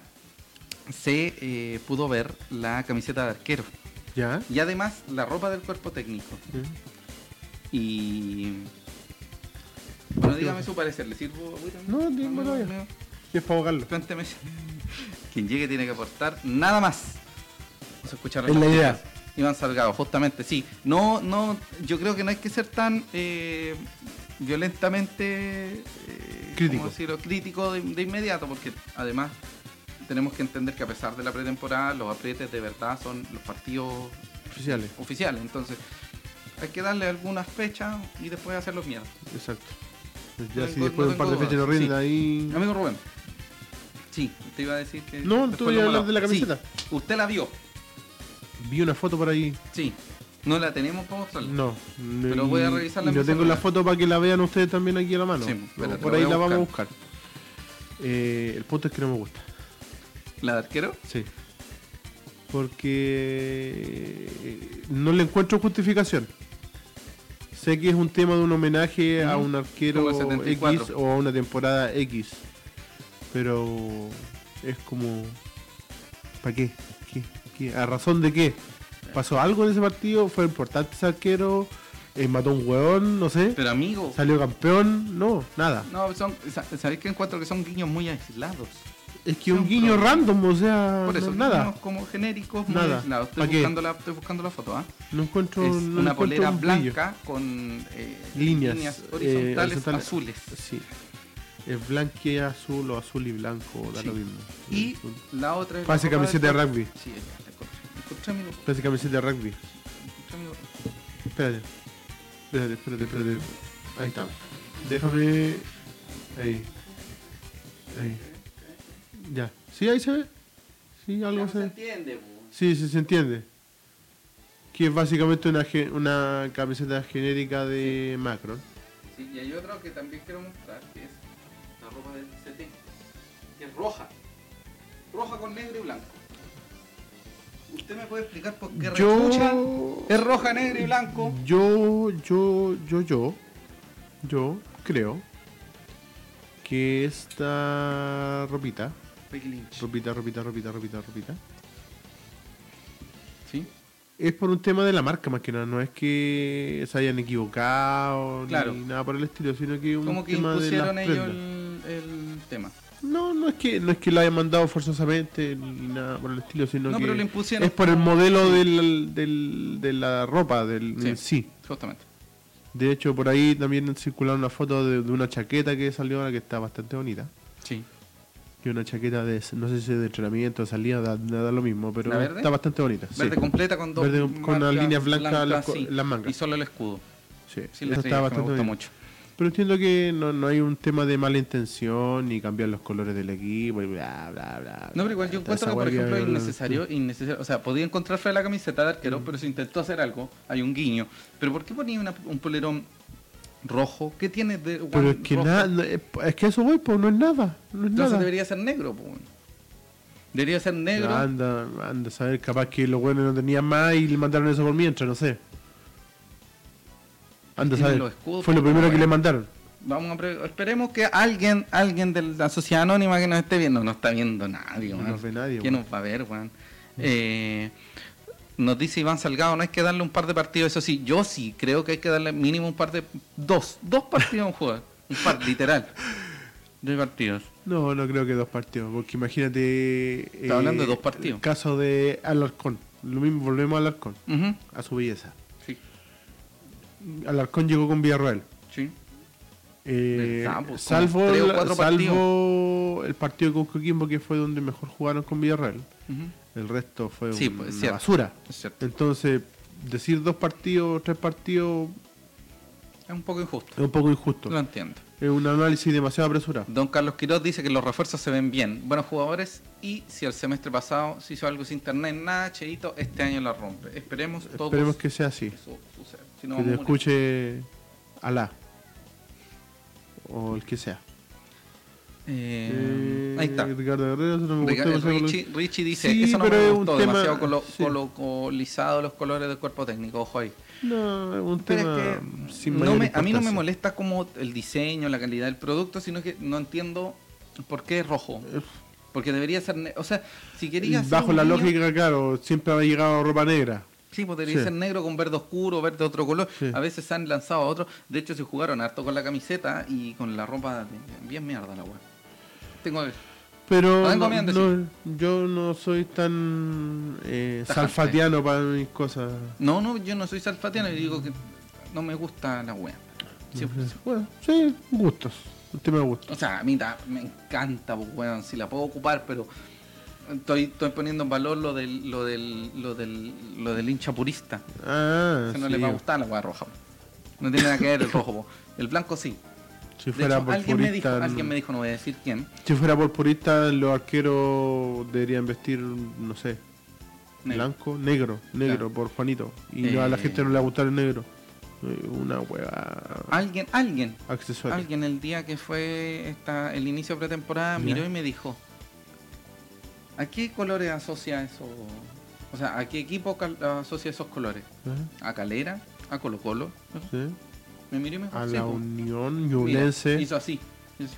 B: se eh, pudo ver la camiseta de arquero.
A: ¿Ya?
B: Y además la ropa del cuerpo técnico. Y... Bueno, dígame su parecer. ¿Le sirvo? agüita?
A: No, dímelo ya. Y es para ahogarlo.
B: Cuénteme. Quien llegue tiene que aportar nada más. Vamos a escuchar a
A: Es la
B: Martínez.
A: idea.
B: Iván Salgado, justamente, sí. No, no, yo creo que no hay que ser tan eh, violentamente eh,
A: Crítico.
B: ¿cómo decirlo? crítico de, de inmediato, porque además tenemos que entender que a pesar de la pretemporada, los aprietes de verdad son los partidos
A: Oficiales.
B: oficiales. Entonces, hay que darle algunas fechas y después hacerlos mierda.
A: Exacto.
B: No
A: Ya si
B: tengo-
A: después de un
B: no
A: par de
B: tengo
A: fechas
B: dudas,
A: nos rinden
B: sí.
A: ahí.
B: Amigo Rubén. Sí, te iba a decir que.
A: Mm. No, tú
B: después
A: ibas a
B: lo
A: hablar de la
B: molaba.
A: camiseta.
B: Sí, usted la vio,
A: Vi una foto por ahí.
B: sí. No la tenemos para mostrarla.
A: No.
B: Pero voy a revisar la
A: Y no
B: mesa
A: tengo la
B: ahora.
A: foto para que la vean ustedes también aquí a la mano.
B: Sí,
A: No,
B: espérate,
A: por
B: la
A: ahí
B: voy a
A: la vamos a buscar. Eh, el punto es que no me gusta.
B: ¿La de arquero?
A: Sí. Porque eh, no le encuentro justificación. Sé que es un tema de un homenaje a
B: Ujú.
A: un arquero
B: Como el 74.
A: X o a una temporada X. Pero es como. ¿Para qué? ¿Qué? ¿Qué? ¿A razón de qué? ¿Pasó algo en ese partido? ¿Fue importante ese arquero? Eh, ¿Mató un hueón? No sé.
B: Pero amigo,
A: ¿Salió campeón? No, nada.
B: no, son, sa- ¿sabéis que encuentro que son guiños muy aislados?
A: Es que
B: No,
A: un guiño
B: pero-
A: random, o sea,
B: Por eso,
A: no- nada.
B: guiños como genéricos, muy
A: Nada.
B: aislados. Estoy
A: ¿Pa' qué?
B: buscando, la, estoy buscando la foto, ¿ah?
A: No encuentro
B: Es
A: no
B: una
A: encuentro
B: polera
A: un brillo.
B: blanca con eh,
A: Líneas,
B: líneas,
A: eh,
B: horizontales,
A: horizontales.
B: azules.
A: Sí. Es blanco y azul o azul y blanco, da
B: Sí.
A: lo mismo.
B: Y la otra es. la
A: Parece
B: Copa
A: camiseta
B: del
A: de
B: Mundo.
A: rugby.
B: Sí, ya, la encontré. Encontré, amigo,
A: Parece camiseta de rugby.
B: encontré, amigo.
A: Espérate. Espérate, espérate, espérate. Ahí está. Déjame. Ahí. Ahí. Ya. ¿Sí ahí se ve? Sí, algo se ve.
C: entiende, po.
A: Sí, sí, se entiende. Que es básicamente una, ge- una camiseta genérica de Macron.
B: Sí, y hay otro que también quiero mostrar que es
C: La ropa del CT.
B: que es roja. Roja con negro y blanco. ¿Usted me puede explicar por qué rechucha
A: Yo.
B: es roja, negro y blanco?
A: Yo, yo, yo, yo, yo creo que esta ropita,
B: Becky Lynch.
A: ropita, ropita, ropita, ropita, ropita,
B: ¿Sí?
A: es por un tema de la marca más que nada, no es que se hayan equivocado
B: Claro.
A: ni nada por el estilo, sino que un
B: Como que
A: tema de las
B: impusieron ellos
A: prendas.
B: el, el tema.
A: No, no es que no es que lo hayan mandado forzosamente ni nada por el estilo, sino
B: No,
A: que
B: pero lo impusieron.
A: es por el modelo del, del- de la ropa del
B: Sí.
A: en sí.
B: Justamente.
A: De hecho, por ahí también circularon una foto de, de una chaqueta que salió ahora que está bastante bonita.
B: Sí.
A: Que una chaqueta de, no sé si de entrenamiento, salida, da, da- da lo mismo, pero
B: ¿La verde?
A: está bastante bonita. sí.
B: Verde completa con dos
A: Verde con
B: marcas
A: unas líneas blancas a las co-
B: sí,
A: las mangas.
B: Y solo el escudo.
A: Sí, esa
B: Sí, la
A: está
B: estrella que me
A: bastante
B: gusta
A: bonita.
B: mucho.
A: Pero entiendo que no, no hay un tema de mala intención ni cambiar los colores del equipo y bla, bla, bla.
B: No, pero igual yo
A: Toda esa
B: encuentro que, por
A: hueá
B: ejemplo, es
A: bla, bla,
B: innecesario, innecesario. O sea, podía encontrarse la camiseta de arquero,
A: Mm.
B: pero se intentó hacer algo. Hay un guiño. Pero ¿por qué ponía una- un polerón rojo? ¿Qué tiene de
A: bla. Pero es que
B: rojo?
A: nada, no- es es que eso voy, pues no es nada. No es
B: Entonces
A: nada.
B: debería ser negro, pues. Debería ser negro.
A: Anda, anda, a saber, capaz que los buenos no tenían más y le mandaron eso por mientras, no sé. Anda, a
B: Tienen
A: saber.
B: los escudos,
A: Fue lo
B: pues,
A: primero que
B: bueno.
A: le mandaron.
B: Vamos a pre- esperemos que alguien, alguien de la sociedad anónima que nos esté viendo, no está viendo nadie,
A: No
B: weón.
A: nos ve nadie,
B: ¿Quién
A: weón.
B: nos va a ver, weón? Eh, nos dice Iván Salgado, no hay que darle un par de partidos, eso sí, yo sí creo que hay que darle mínimo un par de, dos, dos partidos a un jugador, un par, literal, dos partidos.
A: No, no creo que dos partidos, porque imagínate. eh,
B: Está hablando de dos partidos.
A: El caso de Alarcón. Lo mismo, volvemos a Alarcón,
B: Ujú,
A: a su belleza.
B: Sí,
A: Alarcón llegó con Villarreal.
B: sí.
A: Eh,
B: ¿Verdad? Pues, como
A: salvo
B: tres o
A: la-
B: cuatro
A: salvo el partido con Coquimbo, que fue donde mejor jugaron con Villarreal.
B: ujú,
A: El resto fue
B: Sí,
A: un-
B: pues,
A: una
B: cierto.
A: basura.
B: Es cierto,
A: Entonces, decir dos partidos, tres partidos,
B: es un poco injusto,
A: es un poco injusto.
B: lo entiendo.
A: Es un análisis demasiado apresurado.
B: Don Carlos Quiroz dice que los refuerzos se ven bien, buenos jugadores y si el semestre pasado se hizo algo sin internet, nada, Cheito, este año la rompe. Esperemos todos
A: Esperemos que sea así.
B: eso suceda. Si no,
A: que te
B: vamos a morir.
A: escuche Alá. O el que sea.
B: Eh, ahí está.
A: Eh, Ricardo Guerrero, eso no me
B: Riga-
A: gustó, eso no me
B: Richie,
A: gustó.
B: Richie dice,
A: Sí,
B: eso no
A: pero
B: me
A: es un
B: gustó,
A: tema-
B: demasiado colo-
A: sí.
B: colocolizado los colores del cuerpo técnico, ojo ahí.
A: No, es un
B: Pero
A: tema
B: es que
A: sin
B: no
A: mayor
B: me- a mí no me
A: importancia.
B: molesta como el diseño, la calidad del producto, sino que no entiendo por qué es rojo. Porque debería ser, ne- o sea, si querías
A: Bajo la lógica, claro, siempre ha llegado ropa negra.
B: Sí, pues debería
A: Sí.
B: ser negro con verde oscuro, verde de otro color.
A: Sí.
B: A veces se han lanzado a otros. De hecho, se jugaron harto con la camiseta y con la ropa de- bien mierda la weá. Tengo que ver. Lo
A: Pero
B: vengo
A: no-
B: viendo,
A: no- yo no soy tan eh,
B: Tajante.
A: salfatiano para mis cosas.
B: No, no, yo no soy salfatiano y digo que no me gusta la wea. Sí, pues,
A: Bueno, sí, gustos. Un tema de gustos.
B: o sea, a mí ta- me encanta, pues, weón, si la puedo ocupar, pero estoy, estoy poniendo en valor lo del, lo del, lo del, lo del hincha purista.
A: Ah,
B: Que no
A: sí.
B: le va a gustar la wea roja. No tiene nada que ver el rojo, po. el blanco sí.
A: Si
B: De
A: fuera
B: hecho,
A: por
B: alguien me, dijo,
A: purista,
B: alguien me dijo, no voy a decir quién,
A: si fuera por purista, los arqueros deberían vestir, no sé,
B: Negro.
A: blanco, negro, negro,
B: Claro.
A: por Juanito. Y
B: Eh.
A: a la gente no le va a gustar el negro. Eh, Una hueva
B: Alguien, alguien,
A: accesoria.
B: alguien el día que fue esta, el inicio de pretemporada
A: Ya.
B: miró y me dijo, ¿a qué colores asocia eso? O sea, ¿a qué equipo cal- asocia esos colores?
A: Ajá,
B: ¿A Calera? ¿A Colo Colo?
A: ¿Eh? sí.
B: Me miré mejor.
A: a
B: sí, pues,
A: la
B: po.
A: Unión
B: Mira,
A: Ñublense.
B: Hizo así. Hizo así.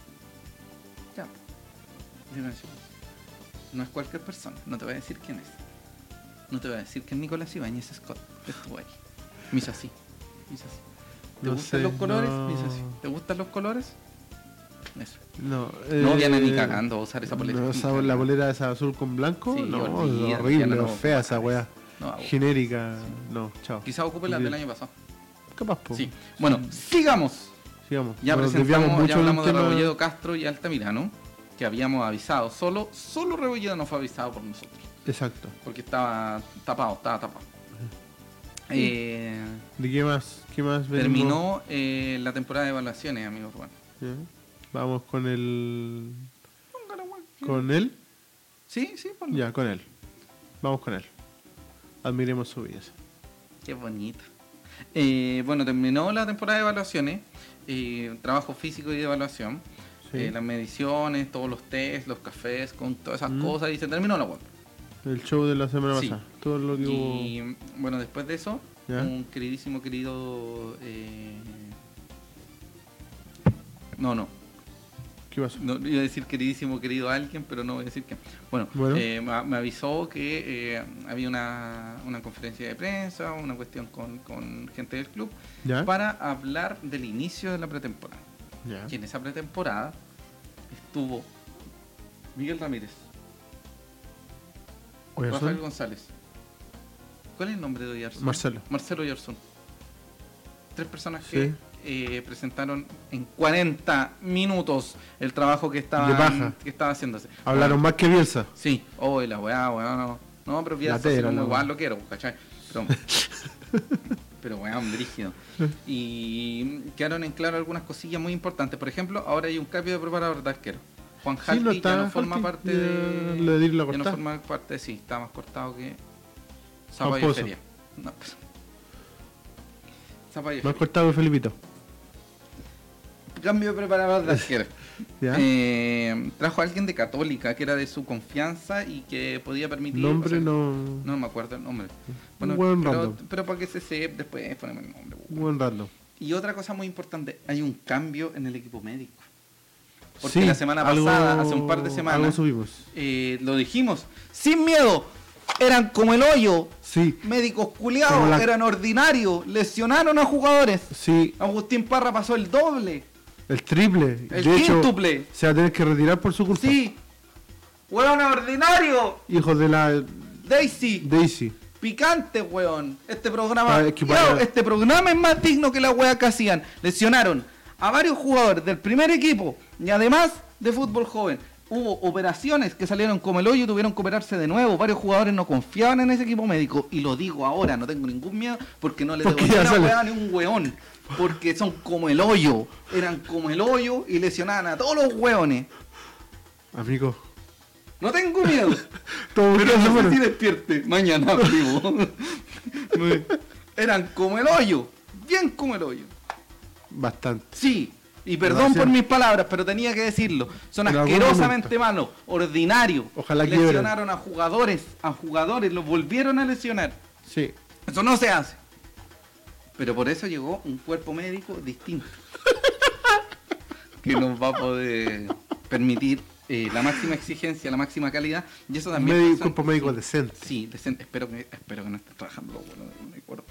B: Ya. Yo me decía, No es cualquier persona. No te voy a decir quién es. No te voy a decir que es Nicolás Ibáñez Scott. Estuvo ahí. Me hizo así. Me hizo así. ¿Te
A: No
B: gustan
A: sé,
B: los colores? Me hizo
A: no.
B: así. ¿Te gustan los colores? Eso.
A: No,
B: no
A: eh,
B: viene ni cagando a usar esa polera.
A: No,
B: Ni
A: esa-
B: cagando.
A: la bolera esa azul con blanco,
B: Sí,
A: no,
B: olvídate,
A: es
B: ya no
A: horrible,
B: lo
A: fea esa
B: ocupes.
A: weá,
B: No, hago.
A: genérica, no, chao.
B: Quizá ocupe la del año pasado.
A: Capaz, po.
B: Sí. Bueno, sigamos.
A: sigamos.
B: Ya
A: Nos desviamos
B: presentamos,
A: mucho
B: ya hablamos de
A: del tema.
B: Rebolledo Castro y Altamirano, que habíamos avisado. Solo, solo Rebolledo no fue avisado por nosotros,
A: Exacto.
B: porque estaba tapado, estaba tapado. Eh,
A: ¿De qué más? ¿Qué más venimos?
B: terminó eh, la temporada de evaluaciones, amigo Rubén.
A: Ya. Vamos con el... ¿Con él?
B: Sí, sí, ponlo.
A: Ya, con él. Vamos con él. Admiremos su belleza.
B: Qué bonito. Eh, bueno, terminó la temporada de evaluaciones, eh, trabajo físico y de evaluación,
A: Sí.
B: eh, las mediciones, todos los test, los cafés, con todas esas
A: Mm.
B: cosas, y se terminó la web.
A: El show de la semana
B: Sí.
A: pasada. Todo lo que hubo...
B: Y bueno, después de eso,
A: ¿Ya?
B: un queridísimo, querido. eh, No, no,
A: ¿Qué pasó?
B: no. Iba a decir queridísimo, querido alguien, pero no voy a decir quién. Bueno,
A: Bueno.
B: eh, ma- me avisó que eh, había una, una conferencia de prensa, una cuestión con, con gente del club,
A: ¿Ya?
B: para hablar del inicio de la pretemporada.
A: Ya.
B: Y en esa pretemporada estuvo Miguel Ramírez,
A: Oyarzún.
B: Rafael González. ¿Cuál es el nombre de Oyarzún?
A: Marcelo.
B: Marcelo Oyarzún. Tres personas
A: Sí.
B: que eh, presentaron en 40 minutos el trabajo que estaban-
A: De paja.
B: que estaba haciéndose.
A: Hablaron más que Bielsa.
B: Sí, oh, la weá, weá, no. No, pero
A: La
B: fíjate, así
A: tela,
B: como
A: la
B: igual
A: weá.
B: lo quiero, ¿cachai? Pero, pero weón, brígido. Y quedaron en claro algunas cosillas muy importantes. Por ejemplo, ahora hay un cambio de preparador de arquero. Juan
A: Sí,
B: Jalti
A: no
B: ya
A: está
B: no forma
A: Jalti,
B: parte
A: ya
B: de.
A: lo de ir la
B: ya no
A: cortada.
B: forma parte, sí, está más cortado que. Zapallo
A: Pomposo.
B: Feria. No, pues. Zapallo
A: Más
B: Feria.
A: cortado que Felipito.
B: Cambio de preparador de arquero.
A: ¿Ya?
B: Eh, trajo a alguien de Católica que era de su confianza y que podía permitir. o
A: Nombre
B: sea,
A: no...
B: no me acuerdo el nombre.
A: Un hueón
B: pero,
A: random.
B: pero para que se sepa, después ponemos el nombre.
A: Un buen rato.
B: Y otra cosa muy importante, hay un cambio en el equipo médico. Porque
A: Sí,
B: la semana
A: algo-
B: pasada, hace un par de
A: Algo
B: semanas,
A: subimos.
B: eh, lo dijimos, sin miedo, eran como el hoyo,
A: Sí,
B: médicos
A: Como
B: culiados,
A: la-
B: eran ordinarios, lesionaron a jugadores.
A: sí,
B: Agustín Parra pasó el doble,
A: el triple.
B: el
A: de hecho,
B: quíntuple.
A: se va a tener que retirar por su culpa.
B: sí, hueón ordinario,
A: Hijo de la
B: Daisy.
A: Daisy.
B: Picante, weón. Este programa.
A: Ah, es que
B: Yo,
A: para-
B: Este programa es más digno que la weá que hacían. Lesionaron a varios jugadores del primer equipo y además de fútbol joven. Hubo operaciones que salieron como el hoyo y tuvieron que operarse de nuevo. Varios jugadores no confiaban en ese equipo médico. Y lo digo ahora, no tengo ningún miedo porque no le debo
A: Porque
B: ni
A: ya
B: una
A: sale.
B: weá ni un weón. Porque son como el hoyo. Eran como el hoyo y lesionaban a todos los weones.
A: Amigo.
B: No tengo miedo.
A: Todo
B: Pero
A: bien,
B: no sé
A: bueno.
B: si despierte mañana vivo. Eran como el hoyo, bien como el hoyo.
A: Bastante.
B: Sí, y perdón
A: Gracias.
B: por mis palabras, pero tenía que decirlo. Son
A: En algún
B: asquerosamente malos, ordinarios.
A: Ojalá quiebren.
B: Lesionaron a jugadores, a jugadores, los volvieron a lesionar.
A: Sí.
B: Eso no se hace. Pero por eso llegó un cuerpo médico distinto. que nos va a poder permitir eh, la máxima exigencia, la máxima calidad. Y eso también...
A: Médico,
B: pasa-
A: cuerpo médico
B: sí.
A: decente.
B: Sí, decente. Espero que, espero que no estén trabajando los buenos de Unicorp.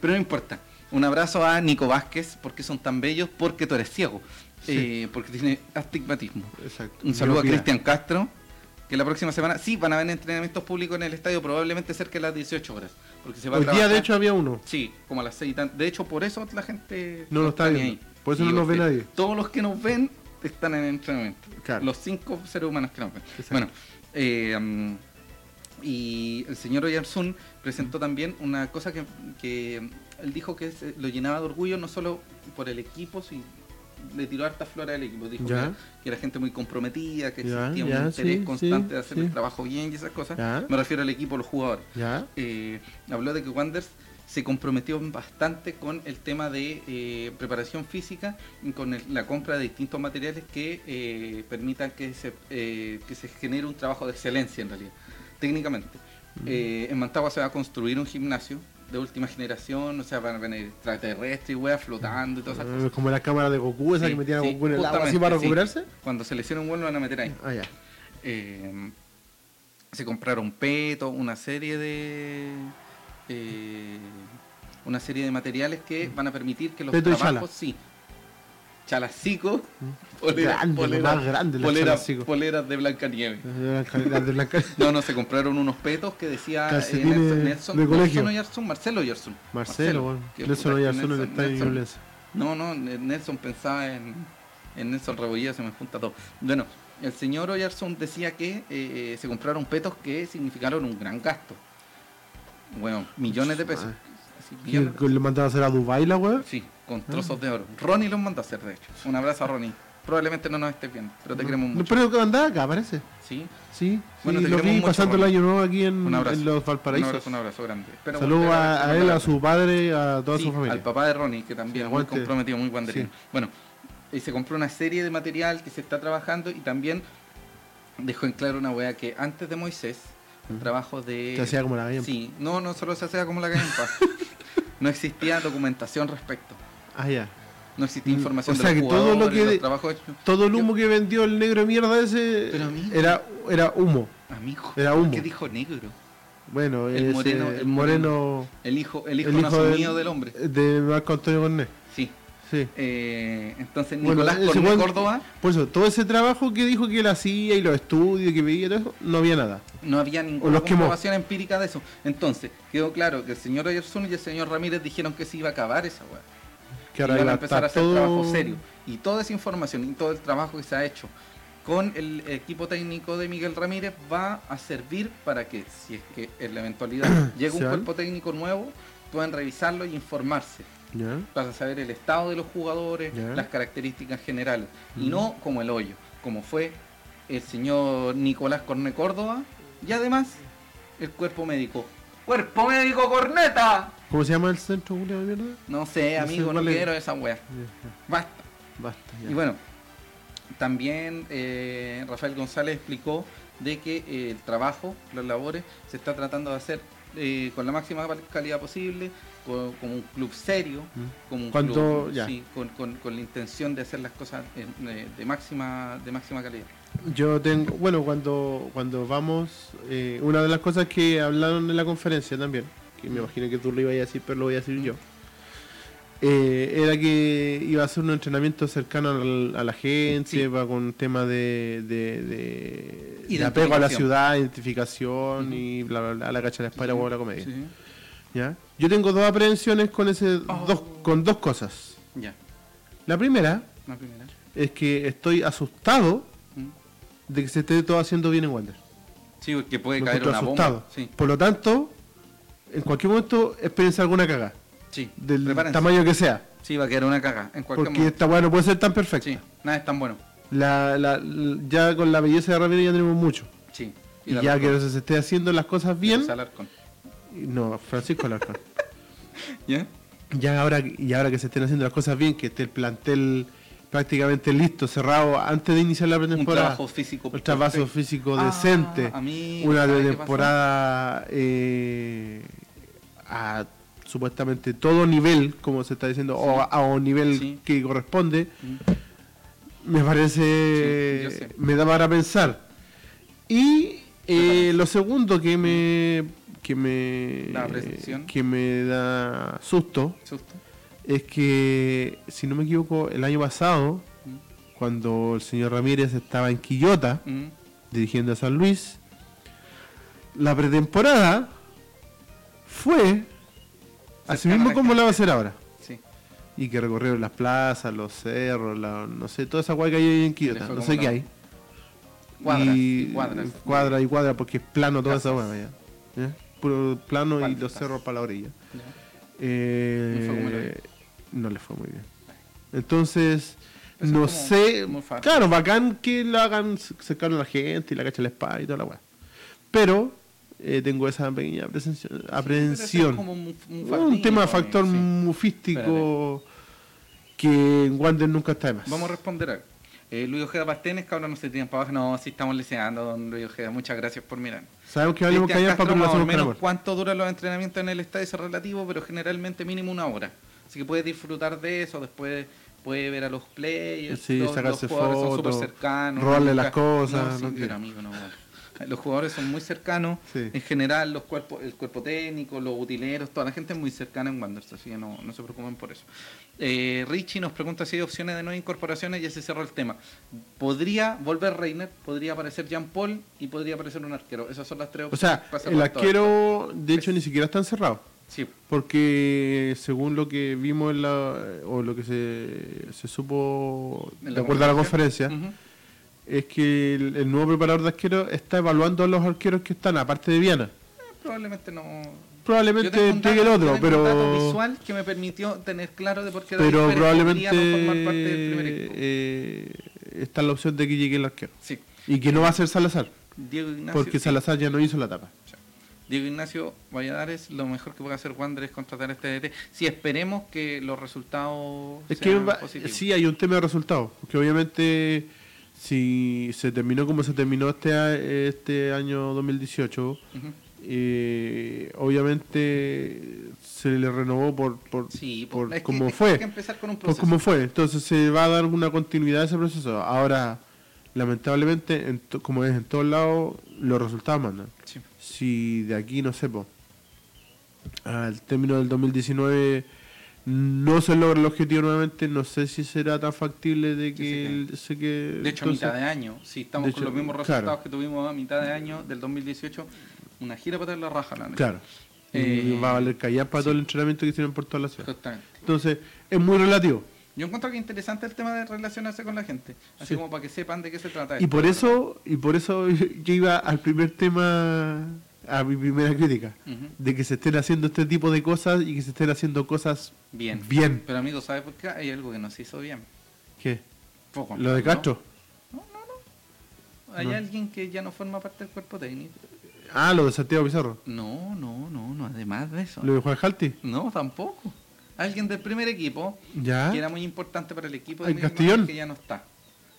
B: Pero no importa. Un abrazo a Nico Vázquez, porque son tan bellos, porque tú eres ciego,
A: Sí.
B: eh, porque tiene astigmatismo.
A: Exacto.
B: Un saludo a
A: Miopía.
B: Cristian Castro, que la próxima semana sí van a haber entrenamientos públicos en el estadio, probablemente cerca de las 18 horas. Porque se va
A: Hoy
B: a
A: día, de
B: trabajar-
A: hecho, había uno.
B: Sí, como a las 6 y tan- De hecho, por eso la gente.
A: No lo está
B: ni
A: viendo. Por eso no
B: Y
A: nos ve
B: usted-
A: nadie.
B: Todos los que nos ven están en entrenamiento.
A: Claro.
B: Los cinco seres humanos que nos ven.
A: Exacto.
B: Bueno, eh, mm, y el señor Oyarzún presentó también una cosa que, que él dijo que se- lo llenaba de orgullo, no solo por el equipo, sino le tiró harta flora al equipo. Dijo
A: Ya.
B: que era, que era gente muy comprometida, que
A: Ya,
B: existía
A: ya,
B: un interés
A: sí,
B: constante
A: sí,
B: de hacer
A: sí.
B: el trabajo bien y esas cosas.
A: Ya.
B: Me refiero al equipo, a los jugadores
A: ¿Ya?
B: eh, habló de que Wanders se comprometió bastante con el tema de eh, preparación física y con el- la compra de distintos materiales que eh, permitan que se, eh, que se genere un trabajo de excelencia en realidad, técnicamente. Eh, en Mantagua se va a construir un gimnasio de última generación, o sea, van a venir extraterrestres y weas flotando y todas esas cosas.
A: Eh, Como la cámara de Goku, esa
B: Sí,
A: que metían a
B: sí,
A: Goku en el agua así
B: justamente,
A: para
B: sí.
A: recuperarse.
B: Cuando se lesiona un vuelo van a meter ahí.
A: Ah, ya.
B: Eh, se compraron petos, una serie de. eh, una serie de materiales que van a permitir que los
A: Mm. Peto y
B: trabajos. Sí. Chalacico, poleras
A: Mm. Grande, lo
B: poleras-
A: más grande, los
B: poleras-
A: chalacico. Ah.
B: poleras de Blancanieve.
A: Las de Blanca- las de Blanca-
B: No, no, se compraron unos petos que decía eh,
A: Calcetines
B: Nelson,
A: de
B: Nelson,
A: colegio.
B: Nelson Oyarzún, Marcelo Oyarzún.
A: Marcelo, bueno.
B: que
A: Nelson
B: puta,
A: Oyarzún
B: Nelson-
A: en el
B: Nelson-
A: inglés.
B: No, no, Ne- Nelson pensaba en, en Nelson Rebollía, se me junta todo. Bueno, el señor Oyarzún decía que eh, se compraron petos que significaron un gran gasto. Bueno, millones de pesos.
A: Madre. Ah.
B: Así,
A: Y
B: millones de
A: Lo mandaron a hacer a Dubai la weá.
B: Sí, con trozos de oro. Ronnie los mandó a hacer, de hecho. Un abrazo a Ronnie. Probablemente no nos estés viendo, pero te queremos mucho.
A: Pero que andaba acá, parece.
B: Sí,
A: Sí,
B: Bueno,
A: sí,
B: te
A: lo
B: queremos
A: vi
B: mucho,
A: pasando el
B: Ronnie.
A: año nuevo aquí en,
B: un abrazo.
A: en los Valparaísos.
B: Un abrazo, un abrazo grande. Pero
A: Saludos
B: bueno,
A: a, a él, a su padre, a toda
B: Sí,
A: su familia.
B: Al papá de Ronnie, que
A: Sí,
B: también es muy
A: aguante.
B: comprometido, muy banderino.
A: Sí.
B: Bueno, y se compró una serie de material que se está trabajando y también dejó en claro una weá que antes de Moisés, el trabajo de.
A: que hacía como la gallina.
B: Sí, no, no solo se hacía como la gallampa. no existía documentación respecto.
A: Ah, ya.
B: No existía
A: Mm,
B: información
A: o sea
B: de
A: que
B: los
A: todo lo
B: jugadores,
A: que-
B: los trabajos hechos.
A: Todo el humo que vendió el negro de mierda ese
B: Pero amigo.
A: era, era humo.
B: Amigo,
A: Era
B: ¿por
A: humo.
B: ¿qué dijo negro?
A: Bueno,
B: El
A: ese-
B: moreno-
A: el
B: el
A: moreno,
B: El hijo, el hijo,
A: el
B: no
A: hijo
B: asumido del hombre.
A: De Marco Antonio Cornet.
B: Sí.
A: Sí.
B: Eh, entonces,
A: Bueno,
B: Nicolás
A: ese
B: Corné
A: weón-
B: Córdoba
A: Por eso, todo ese trabajo que dijo que él hacía y los estudios que veía y todo eso, no había nada.
B: No había
A: O
B: ninguna
A: los quemó.
B: comprobación empírica de eso. Entonces, quedó claro que el señor Ayerson y el señor Ramírez dijeron que se iba a acabar esa weá.
A: Que
B: Y
A: ahora
B: van
A: iba
B: a
A: a estar
B: empezar a hacer
A: todo
B: trabajo serio. Y toda esa información y todo el trabajo que se ha hecho con el equipo técnico de Miguel Ramírez va a servir para que, si es que en la eventualidad llega un
A: ¿Se van?
B: cuerpo técnico nuevo, puedan revisarlo y informarse
A: Ya.
B: para saber el estado de los jugadores,
A: Ya. Mm.
B: las características generales. Y no como el hoyo, como fue el señor Nicolás Corné Córdoba. Y además, el cuerpo médico. ¡Cuerpo médico corneta!
A: ¿Cómo se llama el centro Julio, de mierda? No
B: No sé,
A: sé
B: amigo, no,
A: cuál es.
B: quiero esa wea.
A: Ya, ya.
B: Basta.
A: Basta, ya.
B: Y bueno, también eh, Rafael González explicó de que eh, el trabajo, las labores, se está tratando de hacer eh, con la máxima calidad posible, co- como un club serio,
A: Mm.
B: como un
A: ¿Cuánto-
B: club,
A: ya.
B: sí, con, con- con la intención de hacer las cosas en- eh, de máxima de máxima calidad.
A: Yo tengo, bueno, cuando, cuando vamos, eh, una de las cosas que hablaron en la conferencia también, que me imagino que tú lo ibas a decir, pero lo voy a decir yo, eh, era que iba a hacer un entrenamiento cercano al- a la gente,
B: Sí.
A: va con tema de, de, de- de, apego a la
B: Identificación.
A: ciudad, identificación
B: Ujú.
A: y bla, bla, bla, la cacha de la espalda o la comedia.
B: Sí.
A: ¿ya? Yo tengo dos aprehensiones con, ese,
B: Oh.
A: dos, con dos cosas.
B: Ya,
A: La primera
B: la primera.
A: es que estoy asustado
B: Mm.
A: de que se esté todo haciendo bien en Wander.
B: Sí, porque puede
A: Me
B: caer
A: encuentro
B: una
A: asustado.
B: bomba. Sí,
A: Por lo tanto, en cualquier momento experiencia alguna caga,
B: sí.
A: del
B: Prepárense.
A: tamaño que sea,
B: Sí, va a quedar una caga en cualquier
A: porque
B: momento.
A: esta weá no puede ser tan perfecta.
B: Sí, nada es tan bueno.
A: La- la- l- ya con la belleza de Ramiro ya tenemos mucho.
B: Sí.
A: Y,
B: la
A: ya que
B: Alarcón.
A: se esté haciendo las cosas bien,
B: José Alarcón.
A: y- no, Francisco Alarcón.
B: ¿Ya?
A: ya ahora y ahora que se estén haciendo las cosas bien, que esté el plantel prácticamente listo, cerrado antes de iniciar la
B: Un
A: pretemporada.
B: trabajo físico.
A: Un trabajo
B: perfecto.
A: físico
B: Ah,
A: decente.
B: amigo,
A: una
B: ¿sabes qué
A: temporada eh, a supuestamente todo nivel, como se está diciendo, o a, a un nivel
B: Sí.
A: que corresponde,
B: Mm.
A: me
B: Sí, yo
A: parece.
B: sé.
A: me da para pensar. Y eh, lo segundo que me. que me.
B: Mm. La percepción.
A: que me da susto
B: Susto.
A: es que, si no me equivoco, el año pasado,
B: Mm.
A: cuando el señor Ramírez estaba en Quillota
B: Mm.
A: dirigiendo a San Luis. La pretemporada fue así
B: Cercana a
A: mismo
B: la
A: como
B: gente.
A: la va a hacer ahora.
B: Sí.
A: Y que recorrieron las plazas, los cerros, la- no sé, toda esa guay que hay ahí en
B: Les
A: Quillota,
B: fue
A: no
B: como
A: sé qué
B: la-
A: hay.
B: Cuadras y cuadras.
A: Cuadra y cuadra, porque es plano toda esa
B: Casas.
A: guay. ya. ¿Ya? Puro plano y los
B: Palmitas.
A: cerros para la orilla.
B: Ya.
A: Eh,
B: No fue como lo vi.
A: no le fue muy bien. Entonces,
B: Eso es
A: no
B: como
A: sé.
B: muy fácil.
A: Claro, bacán que lo hagan cercano a la gente y la cacha la espada y toda la weá. Pero eh, tengo esa pequeña apresen-
B: Pero eso es
A: aprehensión.
B: como un,
A: Es
B: un
A: un, tema factor
B: factor, sí.
A: mufístico que en Wander nunca está de más.
B: Vamos a responder algo. Eh, Luis Ojeda Pastenes, cabrón, no se tiran para abajo. No, sí estamos leseando, don Luis Ojeda. Muchas gracias por mirar.
A: Sabemos que valemos
B: Cristian
A: callar para
B: Este Castro, más o
A: población
B: menos
A: amor.
B: cuánto duran los entrenamientos en el estadio es relativo, pero generalmente mínimo una hora. Así que puedes disfrutar de eso, después puede ver a los players,
A: Sí,
B: los,
A: sacarse
B: los jugadores son
A: fotos,
B: súper cercanos.
A: robarle
B: nunca-
A: las cosas,
B: No, sí,
A: no
B: pero
A: quiero.
B: amigo, no, bueno. Los jugadores son muy cercanos,
A: Sí.
B: en general los cuerpos, el cuerpo técnico, los utileros, toda la gente es muy cercana en Wanderers, así que no, no se preocupen por eso. Eh, Richie nos pregunta si hay opciones de nuevas incorporaciones, ya se cerró el tema. Podría volver Reiner, podría aparecer Jean Paul y podría aparecer un arquero. Esas son las tres
A: O
B: opciones.
A: sea,
B: para cerrar
A: el
B: todo esto.
A: arquero, de hecho, ni siquiera está encerrado.
B: Sí,
A: Porque según lo que vimos en la, o lo que se, se supo
B: en
A: de acuerdo a la conferencia, Mm.
B: Ujú.
A: es que el, el nuevo preparador de arqueros está evaluando a los arqueros que están, aparte de Viana.
B: Eh, probablemente no. Yo
A: Probablemente
B: tengo un
A: entregue el
B: dato-
A: otro,
B: yo tengo un dato
A: pero
B: visual que me permitió tener claro de por qué David
A: pero
B: Pérez
A: probablemente
B: podría no formar parte del primer equipo.
A: eh, está la opción de que llegue el arquero.
B: Sí,
A: Y que no va a ser Salazar,
B: Diego Ignacio.
A: porque
B: Ah, sí.
A: Salazar ya no hizo la tapa.
B: Diego Ignacio Valladares, lo mejor que puede hacer Wander es contratar a este DT. Si esperemos que los resultados
A: Es que
B: sean
A: va-
B: positivos.
A: sí hay un tema de resultados, porque obviamente si se terminó como se terminó este, a- este año 2018,
B: Ujú.
A: eh, obviamente se le renovó por, por,
B: Sí,
A: por
B: es que-
A: cómo
B: es que
A: fue.
B: Hay que empezar con un
A: por
B: proceso.
A: cómo fue. Entonces se va a dar una continuidad a ese proceso. Ahora, lamentablemente, en to- como es en todos lados, los resultados mandan.
B: Sí.
A: Si de aquí, no sé, po, al término del 2019 no se logra el objetivo nuevamente, no sé si será tan factible de
B: Sí,
A: que...
B: sí,
A: el- sé que
B: De hecho,
A: entonces-
B: a mitad de año, si estamos
A: de
B: con
A: hecho,
B: los mismos
A: claro.
B: resultados que tuvimos a mitad de año del 2018, una gira para tener la raja, la neta.
A: Claro. Y
B: Eh,
A: va a valer callar para
B: sí.
A: todo el entrenamiento que hicieron por toda la ciudad.
B: Exactamente.
A: Entonces, es muy relativo.
B: Yo encuentro que interesante el tema de relacionarse con la gente, así
A: Sí.
B: como para que sepan de qué se trata.
A: Y
B: esto,
A: por
B: ¿no?
A: eso, y por eso yo iba al primer tema, a mi primera crítica,
B: Ujú.
A: de que se estén haciendo este tipo de cosas y que se estén haciendo cosas
B: Bien.
A: bien.
B: Pero amigo, ¿sabes por qué? Hay algo que no se hizo bien.
A: ¿Qué?
B: Poco,
A: Lo de
B: ¿no?
A: Castro.
B: Hay
A: No.
B: alguien que ya no forma parte del cuerpo técnico.
A: Ah, lo de Santiago Pizarro.
B: No, no, no, no, además de eso.
A: Lo de Juan Jalti.
B: No, tampoco. Alguien del primer equipo
A: Ya.
B: que era muy importante para el equipo de
A: ¿El
B: Miguel
A: ¿Ah? Castellón?
B: Manuel, que ya no está.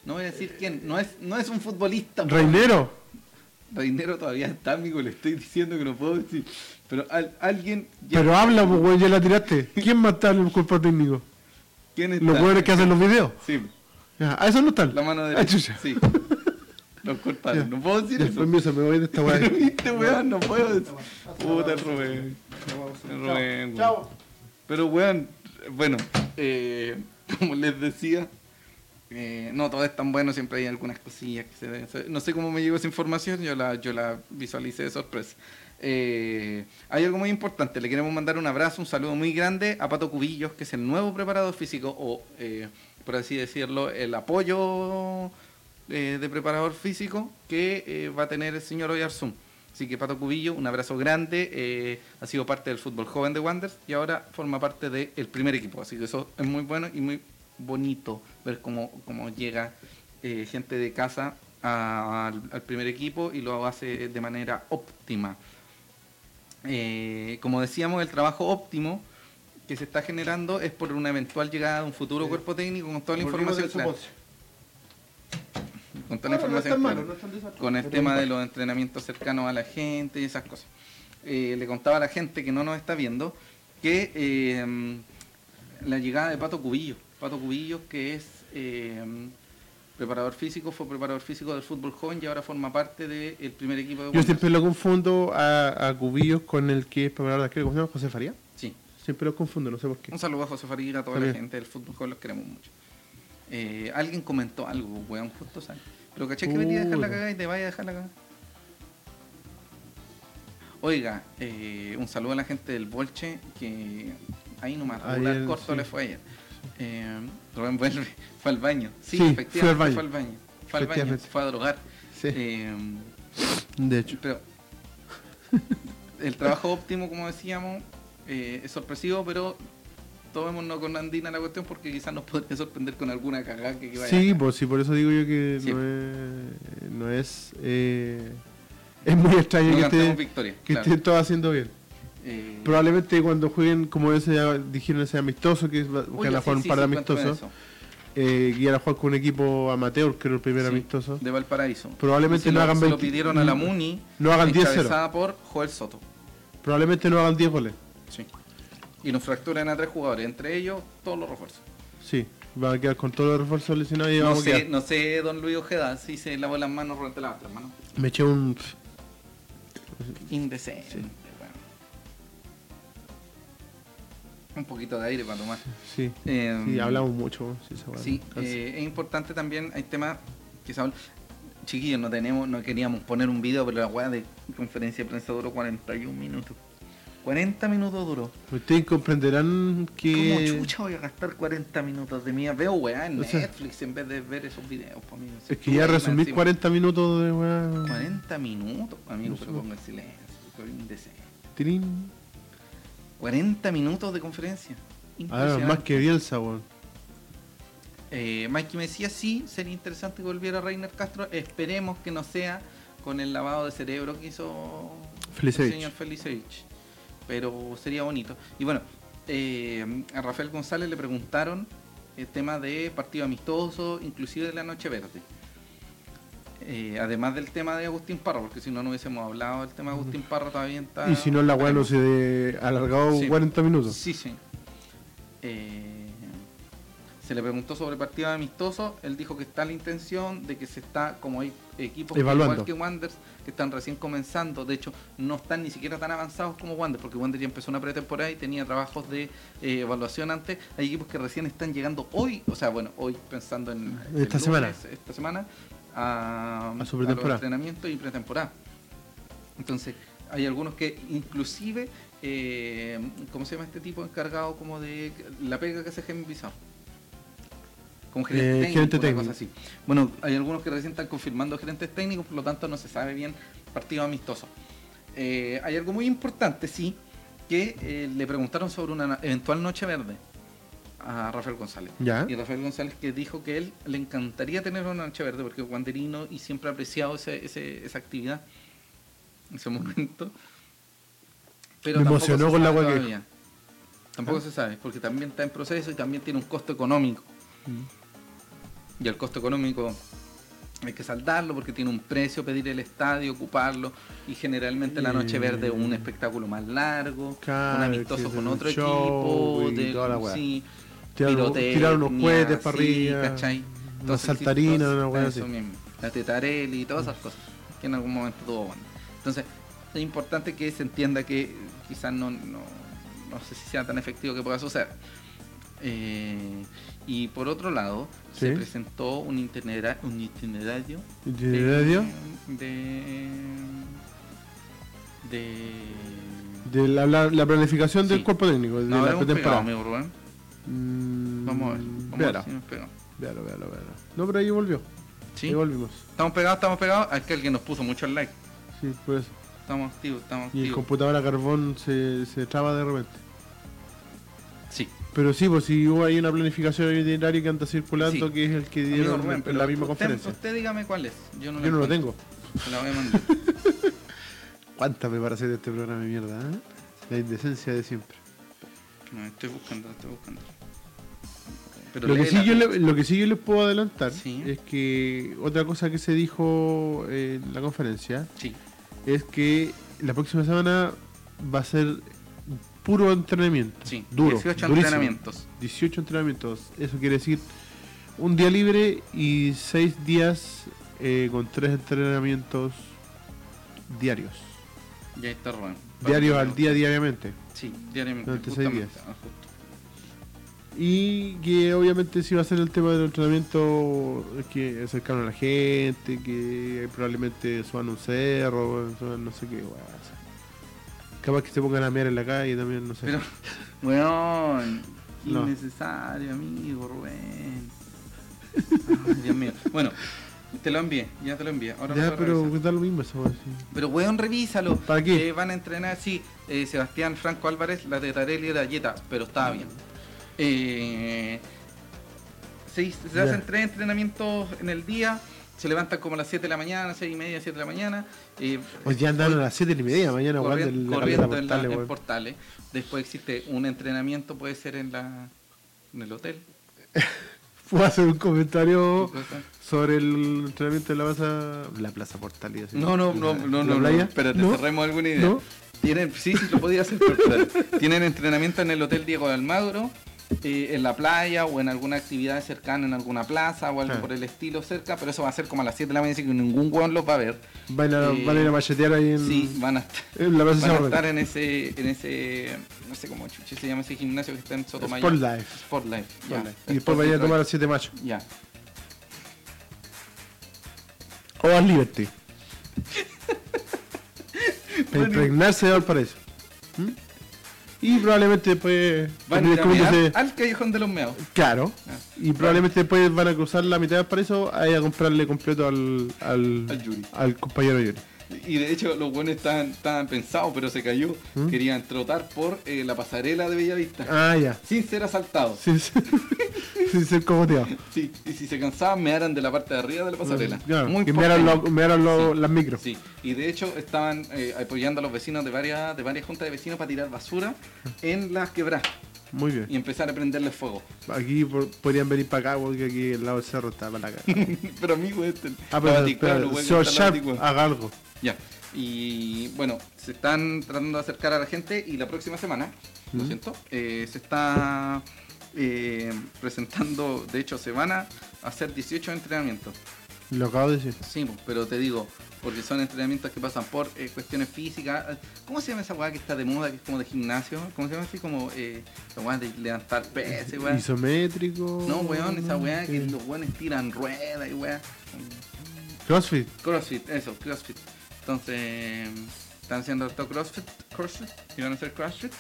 B: No voy a decir quién, no es, no es un futbolista. po.
A: Reinero.
B: Reinero todavía está, amigo, le estoy diciendo que no puedo decir. Pero al- alguien ya-
A: Pero habla, pues, güey, ya la tiraste. ¿Quién más está en el cuerpo técnico?
B: ¿quién está?
A: Los güeyes que hacen los videos.
B: Sí,
A: Ya, Ah, esos no están.
B: la mano
A: Ah,
B: derecha.
A: chucha.
B: Sí. Los
A: Ya.
B: culpables, no puedo decir
A: Ya, pues,
B: eso.
A: permiso, me voy de esta weá.
B: Pero viste, weón, no puedo. decir- Puta, Rubén. Rubén, weón. Pero, weón, bueno, eh, como les decía, eh, no todo es tan bueno, siempre hay algunas cosillas que se deben saber. No sé cómo me llegó esa información, yo la, yo la visualicé de sorpresa. Eh, hay algo muy importante, le queremos mandar un abrazo, un saludo muy grande a Pato Cubillos, que es el nuevo preparador físico, o eh, por así decirlo, el apoyo eh, de preparador físico que eh, va a tener el señor Oyarzún. Así que Pato Cubillo, un abrazo grande. eh, ha sido parte del fútbol joven de Wanderers y ahora forma parte del primer equipo. Así que eso es muy bueno y muy bonito ver cómo, cómo llega eh, gente de casa a- al, al primer equipo y lo hace de manera óptima. Eh, como decíamos, el trabajo óptimo que se está generando es por una eventual llegada de un futuro cuerpo técnico con toda la información clara. Con toda la
A: Ah,
B: información clara con el tema de los entrenamientos cercanos a la gente y esas cosas. Eh, le contaba a la gente que no nos está viendo que eh, la llegada de Pato Cubillo, Pato Cubillo que es eh, preparador físico, fue preparador físico del fútbol joven y ahora forma parte del primer equipo
A: Yo
B: de Wanderers.
A: siempre lo confundo a, a Cubillos con el que es preparador de arquero. ¿Cómo se llama? ¿José Faría?
B: Sí.
A: Siempre lo confundo, no sé por qué.
B: Un saludo a José Faría, a toda
A: Está
B: la
A: bien.
B: gente del fútbol joven, los queremos mucho. Eh, alguien comentó algo, weón, justo sale. Pero caché que venía a dejar la
A: Puta.
B: cagada y te vaya a dejar la cagada. Oiga, eh, un saludo a la gente del Bolche, que ahí nomás, regular
A: Ayer,
B: corto
A: sí.
B: le fue ayer. Eh, Rubén vuelve, fue al baño. Sí,
A: Sí,
B: efectivamente,
A: fui al baño.
B: fue al baño. Fue al baño,
A: Efectivamente.
B: se fue a drogar.
A: Sí,
B: Eh,
A: de hecho.
B: pero el trabajo óptimo, como decíamos, eh, es sorpresivo, pero tomémonos con Andina la cuestión porque quizás nos podría sorprender con alguna cagada que vaya.
A: Sí, por, sí, por eso digo yo que
B: Sí.
A: no es. No es, eh, es muy extraño
B: no
A: que,
B: cantemos
A: esté-
B: victoria.
A: que
B: claro.
A: estén todos haciendo bien.
B: Eh,
A: Probablemente cuando jueguen, como ese, dijeron, ese amistoso, que es-
B: uy,
A: que van a
B: sí,
A: jugar un
B: sí,
A: par de
B: sí, cuéntame
A: amistosos,
B: eso.
A: eh, que iban a jugar con un equipo amateur, que era el primer
B: Sí,
A: amistoso.
B: De Valparaíso.
A: Probablemente
B: Se
A: no
B: lo-
A: hagan
B: se lo
A: 20
B: pidieron a la Muni.
A: no hagan 10-0.
B: encabezada por Joel Soto.
A: Probablemente no hagan 10 goles.
B: Sí. Y nos fracturan a tres jugadores, entre ellos todos los refuerzos.
A: Sí, van a quedar con todos los refuerzos lesionados y
B: No
A: vamos a
B: sé,
A: quedar.
B: no sé, don Luis Ojeda, si se lavó las manos durante la otra, hermano.
A: Me eché un.
B: Indecente, weón. Un poquito de aire para tomar.
A: Sí,
B: Eh,
A: sí, hablamos mucho. Sí, esa weá.
B: Sí,
A: Cansa.
B: eh, es importante también, hay temas que se hablan- Chiquillos, no tenemos, no queríamos poner un video, pero la weá de conferencia de prensa duró 41 minutos. 40 minutos duró.
A: Ustedes comprenderán
B: ¿Cómo
A: que.
B: chucha voy a gastar 40 minutos de mía? Veo weá en
A: O sea,
B: Netflix en vez de ver esos videos, po, amigo. Si
A: Es que
B: tú
A: ya
B: ahí más
A: resumir
B: encima-
A: 40 minutos de weá.
B: 40 minutos, amigo,
A: No
B: pero
A: sé.
B: pongo en silencio, porque es indecente.
A: Tirín. Ah,
B: 40 minutos de conferencia.
A: Ahora, Ah, más
B: Impresionante.
A: que Bielsa, weón.
B: Eh, Mikey me decía, sí, sería interesante que volviera Reiner Castro. Esperemos que no sea con el lavado de cerebro que hizo
A: Felicevich.
B: el señor Felicevich. Pero sería bonito. Y bueno, eh, a Rafael González le preguntaron el tema de partido amistoso, inclusive de la Noche Verde. Eh, además del tema de Agustín Parra, porque si no, no hubiésemos hablado del tema de Agustín Parra todavía está...
A: Y si no, la weá no se de- alargado
B: Ah, Sí.
A: 40 minutos.
B: Sí, sí. Eh, se le preguntó sobre partidos amistosos. Él dijo que está la intención de que se está, como hay equipos que
A: Evaluando.
B: igual que Wanderers que están recién comenzando. De hecho, no están ni siquiera tan avanzados como Wander, porque Wander ya empezó una pretemporada y tenía trabajos de eh, evaluación antes. Hay equipos que recién están llegando hoy, o sea, bueno, hoy pensando en
A: Esta
B: el lunes,
A: semana.
B: Esta semana
A: A su
B: a, a los
A: pretemporada.
B: entrenamientos y pretemporada. Entonces, hay algunos que inclusive, eh, ¿cómo se llama este tipo encargado como de la pega que hace Jaime Pizarro? Como
A: Eh,
B: gerente,
A: gerente
B: técnico, una cosa
A: técnico.
B: así. Bueno, hay algunos que recién están confirmando gerentes técnicos, por lo tanto no se sabe bien partidos amistosos. Eh, hay algo muy importante, sí, que eh, le preguntaron sobre una na- eventual noche verde a Rafael González.
A: Ya.
B: Y Rafael González que dijo que él le encantaría tener una noche verde porque es guanderino y siempre ha apreciado ese- ese- esa actividad, ese momento. Pero
A: Me
B: tampoco
A: emocionó
B: se
A: con la
B: sabe
A: agua que- ¿Ah?
B: todavía. Tampoco se sabe, porque también está en proceso y también tiene un costo económico.
A: Mm.
B: Y el costo económico hay que saldarlo porque tiene un precio pedir el estadio, ocuparlo. Y generalmente la Noche Verde es un espectáculo más largo, un
A: Claro,
B: amistoso
A: que
B: con
A: es un
B: otro
A: show
B: equipo,
A: y
B: de,
A: toda la weá.
B: sí,
A: Tirar unos-
B: pirotecnia,
A: tirar unos cohetes para
B: sí,
A: arriba.
B: ¿cachai?
A: Una
B: Entonces, sí,
A: saltarina,
B: entonces, ah,
A: una weá así.
B: eso mismo. La tetarelli y todas esas cosas que en algún momento tuvo Wanda. Entonces, es importante que se entienda que eh, quizás no, no, no sé si sea tan efectivo que pueda suceder. Eh, y por otro lado, se
A: Sí.
B: presentó un, itinera- un itinerario de-
A: ¿Itinerario?
B: de, de
A: De la, la- la planificación del
B: Sí.
A: cuerpo técnico, de
B: no
A: la
B: habremos pegado,
A: pretemporada.
B: amigo Rubén.
A: Mm,
B: Vamos a ver, vamos a
A: véalo,
B: ver si nos pegamos.
A: véalo, véalo, véalo. No, pero ahí volvió.
B: Sí,
A: Ahí volvimos.
B: estamos pegados, estamos pegados. Es que alguien nos puso mucho like.
A: Sí, por eso.
B: Estamos activos, estamos
A: Y el
B: activos.
A: computador a carbón se, se traba de repente.
B: Sí,
A: Pero sí, pues si hubo ahí una planificación de itinerario que anda circulando,
B: Sí.
A: que es el que
B: Amigo
A: dieron
B: Rubén,
A: en
B: pero
A: la misma
B: usted-
A: conferencia.
B: Usted dígame cuál es. Yo no, la
A: Yo no lo
B: encuentro.
A: tengo.
B: Se la voy a mandar.
A: ¿Cuánta preparación de este programa de mierda? eh? La indecencia de siempre.
B: No, estoy buscando, estoy buscando. Pero
A: Lo que,
B: léela,
A: sí yo le- lo que sí yo les puedo adelantar
B: Sí.
A: es que otra cosa que se dijo en la conferencia
B: Sí,
A: es que la próxima semana va a ser puro entrenamiento.
B: sí.
A: Duro.
B: 18
A: durísimo.
B: entrenamientos.
A: 18 entrenamientos. Eso quiere decir un día libre y 6 días eh, con 3 entrenamientos diarios.
B: Ya está Rubén.
A: Diarios al día diariamente.
B: Sí, diariamente.
A: Durante seis
B: justamente,
A: días.
B: ah, justo.
A: Y que obviamente sí va a ser el tema del entrenamiento que es cercano a la gente, que probablemente suban un cerro, suban no sé qué, weón. Capaz que se pongan a mear en la calle también, no sé.
B: Pero, weón, qué
A: No.
B: innecesario, amigo Rubén. Ay, Dios mío. Bueno, te lo envié, ya te lo envié. Ahora lo
A: ya,
B: voy a
A: pero
B: revisar.
A: da lo mismo eso, weón, sí.
B: Pero weón, revísalo.
A: ¿Para qué?
B: Eh, van a entrenar, sí, eh, Sebastián Franco Álvarez, la de Tarelli era Yeta, pero estaba bien. Eh, se hiz- se
A: Ya.
B: hacen tres entrenamientos en el día, se levantan como a las 7 de la mañana, 6 y media, 7 de la mañana. eh,
A: Hoy ya andan a las 7 y media, mañana
B: corri-
A: guarden la
B: corriendo
A: caleta
B: en, la-
A: portales,
B: en
A: weón.
B: portales. Después existe un entrenamiento, puede ser en, la, en el hotel.
A: puedo hacer un comentario
B: ¿Qué cosa?
A: sobre el entrenamiento de la plaza, la plaza portalidad.
B: No, no, no, no, no, no,
A: playa?
B: espérate,
A: No,
B: cerremos alguna idea.
A: no.
B: Tienen, sí, sí, lo podía hacer, pero espérate. Tienen entrenamiento en el Hotel Diego de Almagro, eh, en la playa o en alguna actividad cercana, en alguna plaza o algo
A: Ah.
B: por el estilo cerca, pero eso va a ser como a las 7 de la mañana, así que ningún hueón los va a ver.
A: Van a,
B: Eh,
A: van a ir a machetear ahí en,
B: Sí, van a estar.
A: en la plaza
B: Van a
A: San
B: estar
A: Roque.
B: en ese, en ese, no sé cómo chuche se llama ese gimnasio que está en Sotomayor.
A: Sport Life.
B: Sport Life, ya.
A: Sport Life. Y después vayan a tomar a 7 de mayo.
B: Ya.
A: O al Liberty. Para
B: Bueno.
A: impregnarse de Valparaíso. ¿Mm? Y probablemente después.
B: Van a
A: terminen
B: ir a mear
A: comiéndose-
B: al Callejón de los Meados.
A: Claro.
B: Ah.
A: Y probablemente después van a cruzar la mitad de Valparaíso a ir a comprarle completo al. Al,
B: Al Yuri.
A: al compañero Yuri.
B: Y de hecho los buenos estaban, estaban pensados, pero se cayó.
A: ¿Mm?
B: Querían trotar por eh, la pasarela de Bellavista.
A: Ah, ya.
B: Sin ser asaltados.
A: Sin ser, sin ser cogoteado.
B: Sí, Y si se cansaban, me de la parte de arriba de la pasarela.
A: Mm, Claro,
B: Muy
A: que enviaron,
B: porteño.
A: los- enviaron los-
B: Sí.
A: las micros.
B: Sí, y de hecho estaban eh, apoyando a los vecinos de varias, de varias juntas de vecinos para tirar basura en las quebradas
A: Muy bien.
B: y empezar a prenderle fuego.
A: Aquí por- podrían venir para acá porque aquí el lado del cerro está para la cagada.
B: pero amigo, este.
A: Ah,
B: la
A: pero
B: Vaticano,
A: espera,
B: güey,
A: Señor
B: está la
A: Sharp,
B: Vaticano.
A: haga algo.
B: Ya. Y bueno, se están tratando de acercar a la gente y la próxima semana, lo
A: Mm.
B: siento, eh, se está eh, presentando, de hecho se van a hacer 18 entrenamientos.
A: Lo acabo de decir.
B: Sí, po, pero te digo, porque son entrenamientos que pasan por eh, cuestiones físicas. eh, ¿Cómo se llama esa weá que está de moda, que es como de gimnasio? ¿Cómo se llama así? Como eh, la weá de levantar peces, weá.
A: Isométrico.
B: No, weón, esa weá que
A: eh,
B: los weones tiran ruedas y weá.
A: Crossfit.
B: CrossFit, eso, CrossFit. Entonces, están haciendo esto CrossFit, CrossFit, y van a hacer CrossFit.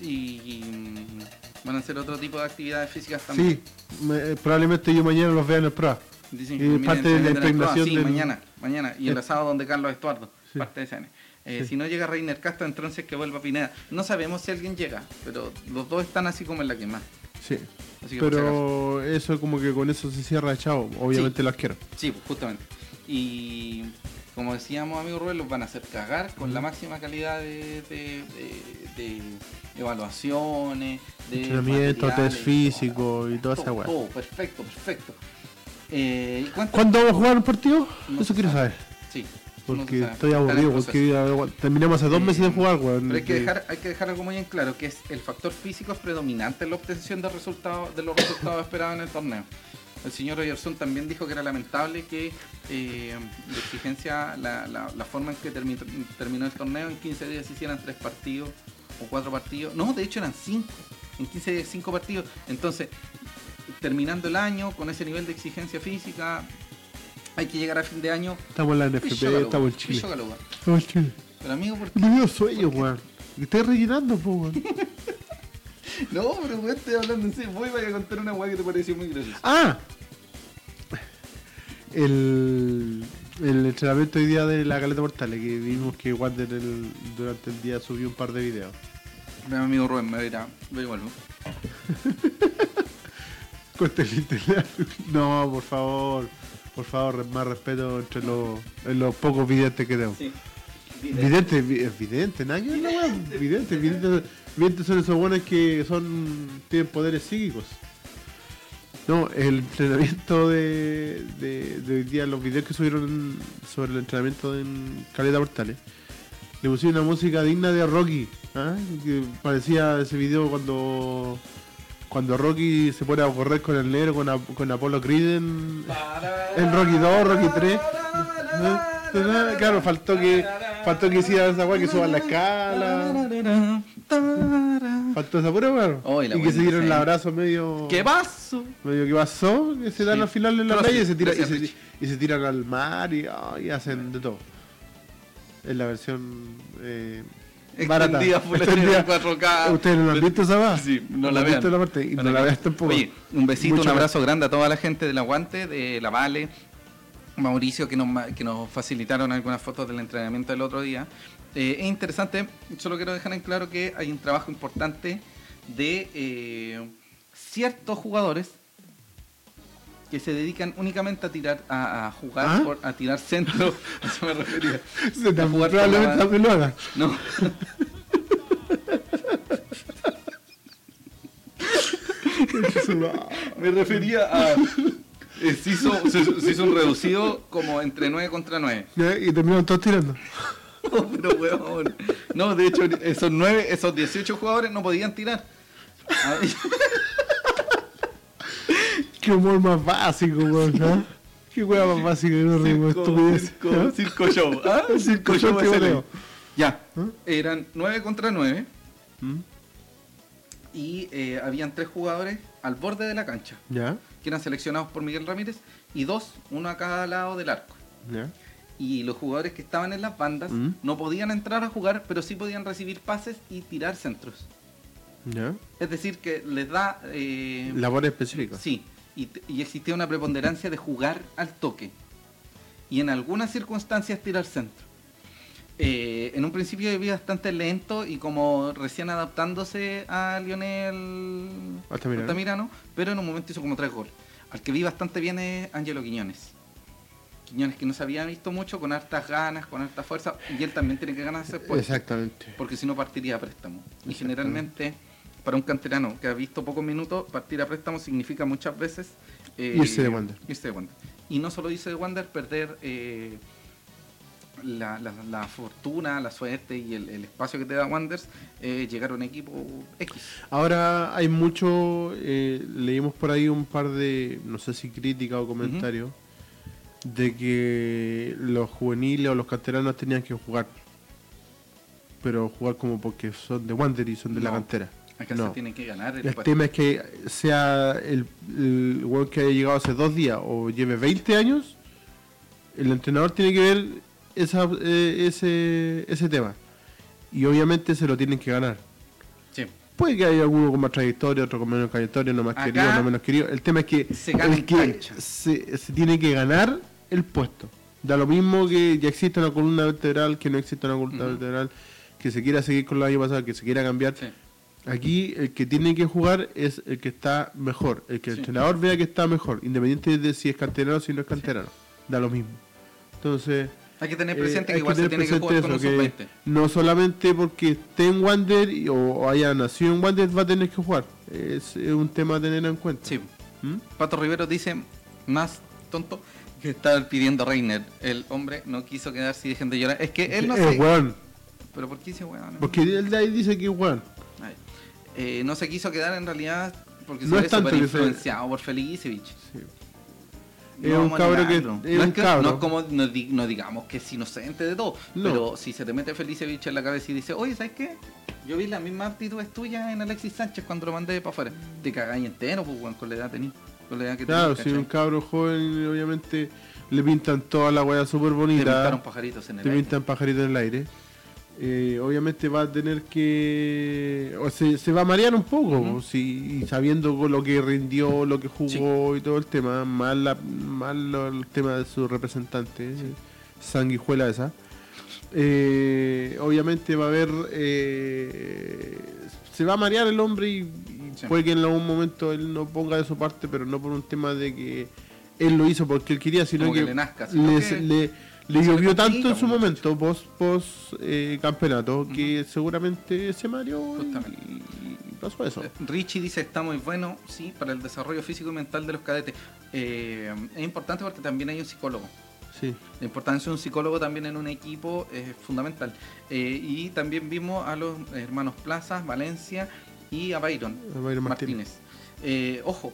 B: Y mm, van a hacer otro tipo de actividades físicas también.
A: Sí, me- eh, probablemente yo mañana los vea en el prueba.
B: Dicen
A: Y
B: que termina
A: parte de la
B: el entrenamiento. Ah,
A: impregnación
B: sí,
A: del-
B: mañana, mañana. Y el
A: Sí.
B: asado donde Carlos Estuardo,
A: Sí.
B: parte de SN. Eh,
A: Sí.
B: Si no llega Reiner Castro, entonces que vuelva Pineda. No sabemos si alguien llega, pero los dos están así como en la que más.
A: Sí.
B: Así que por si acaso.
A: Pero eso como que con eso se cierra, chao. Obviamente
B: Sí.
A: las quiero.
B: Sí, pues, justamente. Y como decíamos, amigo Rubén, los van a hacer cagar con la máxima calidad de, de- de- de evaluaciones, de
A: Entrenamiento,
B: materiales,
A: test físico y toda esa
B: todo,
A: weá.
B: todo, perfecto, perfecto. Eh, ¿y cuánto?
A: ¿Cuándo vamos a jugar un partido?
B: No
A: eso
B: se
A: quiero
B: sabe.
A: saber.
B: Sí, no se
A: Porque
B: sabe.
A: estoy
B: Está en el
A: aburrido.
B: proceso.
A: Porque ya- terminamos hace dos
B: Eh,
A: meses de jugar, weón.
B: Pero hay que,
A: De-
B: dejar, hay que dejar algo muy en claro, que es el factor físico es predominante en la obtención de, resultados, de los resultados esperados en el torneo. El señor Rogerson también dijo que era lamentable que eh, de exigencia la, la- la forma en que termi- terminó el torneo, en 15 días se hicieran tres partidos o cuatro partidos. No, de hecho eran cinco. En 15 días cinco partidos. Entonces, terminando el año con ese nivel de exigencia física, hay que llegar a fin de año.
A: Estamos en la NFP,
B: Pichócalo,
A: estamos en Chile.
B: pichócalo,
A: Estamos en Chile.
B: Pero amigo, ¿por qué?
A: Me dio sueño, weón. Y Estoy rellenando, po, weón.
B: No, pero weón, estoy hablando en serio. Voy a contar una weá que te pareció muy graciosa.
A: ¡Ah! El, el entrenamiento hoy día de la Caleta Portales, que vimos que Wander el- durante el día subió un par de videos.
B: Mi amigo Rubén me dirá, ve igual, ¿no?
A: Corta el internet. No, por favor. Por favor, más respeto entre los, en los pocos videntes que tenemos.
B: Sí.
A: Vidente, vi- es vidente, nada que ver la weá. Vidente, vidente, vidente son esos buenos que son tienen poderes psíquicos. No, el entrenamiento de, de, de hoy día, los videos que subieron sobre el entrenamiento en Caleta Portales, le pusieron una música digna de Rocky. ¿ah? Que parecía ese video cuando cuando Rocky se pone a correr con el negro, con, Ap- con Apolo Creed en, en Rocky 2, Rocky 3. Claro, faltó que faltó que hiciera esa weá que suban la escala. Faltó esa pura weá.
B: Oy, la
A: y que
B: buena
A: se dieron el
B: escena.
A: abrazo medio.
B: ¿Qué paso?
A: Medio que pasó, que se dan
B: Sí.
A: al final en la
B: Crossfit,
A: playa y se, tira- y,
B: gracias,
A: se,
B: Richie.
A: y se tiran al mar y, ay, hacen de todo. Es la versión eh, barata.
B: Extendida full
A: Extendida.
B: en 4K.
A: ¿Ustedes no la han visto esa weá?
B: Sí, no la
A: han visto
B: vean.
A: la parte? Y no,
B: Para
A: la
B: que-
A: veas tampoco.
B: Oye, un besito,
A: Mucho
B: un abrazo grande a toda la gente del Aguante, de La Vale, Mauricio, que nos, ma- que nos facilitaron algunas fotos del entrenamiento del otro día. Eh, es interesante, solo quiero dejar en claro que hay un trabajo importante de eh, ciertos jugadores que se dedican únicamente a tirar, a, a jugar,
A: ¿Ah?
B: por- a tirar centro, a eso me refería.
A: Se te
B: a jugar con la
A: probablemente
B: banda.
A: también lo haga.
B: No. Me refería a. eh, se, hizo, se- se hizo un reducido como entre 9 contra 9.
A: Ya, Y terminaron todos tirando.
B: No, Oh, pero weón. No, de hecho, esos 9, esos 18 jugadores no podían tirar. Ah,
A: Qué humor más básico, weón. ¿ah? Qué hueá más básica que no rimos
B: Circo,
A: estupidez.
B: circo, circo show. ¿ah?
A: Circo show
B: es el-
A: timoneo.
B: Ya,
A: ¿Mm?
B: eran 9 contra 9
A: ¿Mm?
B: y eh, habían 3 jugadores al borde de la cancha,
A: Ya,
B: que eran seleccionados por Miguel Ramírez, y 2, uno a cada lado del arco.
A: ya.
B: Y los jugadores que estaban en las bandas
A: ¿Mm?
B: no podían entrar a jugar, pero sí podían recibir pases y tirar centros.
A: ¿Ya?
B: Es decir, que les da... eh,
A: Labores específicas.
B: Sí, y, t- y existía una preponderancia de jugar al toque. Y en algunas circunstancias tirar centro. Eh, en un principio vivía bastante lento y como recién adaptándose a Lionel
A: Altamirano.
B: pero en un momento hizo como tres goles. Al que vi bastante bien es Angelo Quiñones. Quiñones que no se había visto mucho, con hartas ganas, con harta fuerza, y él también tiene que ganar ese puesto
A: Exactamente.
B: porque si no partiría a préstamo. Y generalmente, para un canterano que ha visto pocos minutos, partir a préstamo significa muchas veces... eh,
A: Irse de Wander.
B: irse de Wander. Y no solo irse de Wander, perder eh, la, la- la fortuna, la suerte y el, el espacio que te da Wanders, eh, llegar a un equipo X.
A: Ahora hay mucho, eh, leímos por ahí un par de, no sé si crítica o comentarios, de que los juveniles o los canteranos tenían que jugar. Pero jugar como porque son de Wander y son de la
B: No,
A: cantera.
B: Acá
A: No.
B: se tiene que ganar el
A: El
B: puesto.
A: tema es que sea el, el weón que haya llegado hace dos días o lleve 20 años, el entrenador tiene que ver esa, eh, ese, ese tema. Y obviamente se lo tienen que ganar.
B: Sí.
A: Puede que haya alguno con más trayectoria, otro con menos trayectoria, uno más
B: Acá
A: querido, uno menos querido. El tema es que,
B: se gana
A: el
B: en
A: que
B: cancha.
A: se, se tiene que ganar el puesto. Da lo mismo que ya existe una columna vertebral, que no existe una columna
B: Ujú.
A: vertebral, que se quiera seguir con la año pasado, que se quiera cambiar.
B: Mm. Sí.
A: Aquí el que tiene que jugar es el que está mejor, el que el
B: Sí.
A: entrenador vea que está mejor, independiente de si es canterano o si no es canterano. Da lo mismo. Entonces,
B: Hay que tener
A: eh,
B: presente
A: hay
B: que igual se
A: tener
B: tiene que
A: presente
B: jugar con un
A: eso, que
B: sub-20.
A: No solamente porque esté en Wander y- o, o haya nacido en Wander va a tener que jugar. Es, eh, un tema a tener en cuenta.
B: Sí.
A: ¿Mm?
B: Pato Rivero dice, más tonto, que estar pidiendo a Reiner. El hombre no quiso quedarse y dejen de llorar. Es que Eh, él no
A: Es
B: se...
A: weón,
B: ¿Pero por qué dice weón?
A: Porque él de ahí dice que es weón.
B: Ay. Eh, no se quiso quedar en realidad porque
A: No
B: se
A: es
B: ve
A: tanto
B: súper
A: que se-
B: influenciado por Felicevich.
A: Sí.
B: No
A: Es un
B: vamos a
A: cabro que-
B: negarlo.
A: es
B: no
A: un
B: que-
A: cabro.
B: no es como, no, di- no digamos que es inocente de todo,
A: No.
B: pero si se te mete Felicevich en la cabeza y dice, oye, ¿sabes qué? Yo vi las mismas actitudes tuyas en Alexis Sánchez cuando lo mandé para afuera. Te cagáis entero, pues, weón, con la edad tenés. Con la edad que
A: Claro,
B: tenés,
A: si un
B: ¿cachai?
A: cabro joven, obviamente le pintan toda la weá súper
B: Te
A: bonita.
B: pintaron pajaritos en el
A: Te
B: aire.
A: pintan pajaritos en el aire. Eh, obviamente va a tener que. O se, se va a marear un poco.
B: Ujú.
A: si, y sabiendo con lo que rindió, lo que jugó y todo el tema. Más, la- más lo- el tema de su representante, eh, sanguijuela esa. Eh, obviamente va a haber. eh, se va a marear el hombre y, y
B: Sí.
A: puede que en algún momento él no ponga de su parte, pero no por un tema de que él lo hizo porque él quería, sino
B: Como que
A: que,
B: le nazca, sino
A: le,
B: que-
A: le- le
B: Se le
A: llovió
B: complica,
A: tanto en su
B: muchacho.
A: momento, post, post eh, campeonato, que seguramente se mareó
B: Justamente.
A: y, y pasó eso.
B: Eh, Richie dice está muy bueno, sí, para el desarrollo físico y mental de los cadetes. Eh, es importante porque también hay un psicólogo.
A: Sí.
B: La importancia de un psicólogo también en un equipo es fundamental. Eh, y también vimos a los hermanos Plazas, Valencia y a Byron
A: A Byron Martínez.
B: Martínez. Eh, ojo,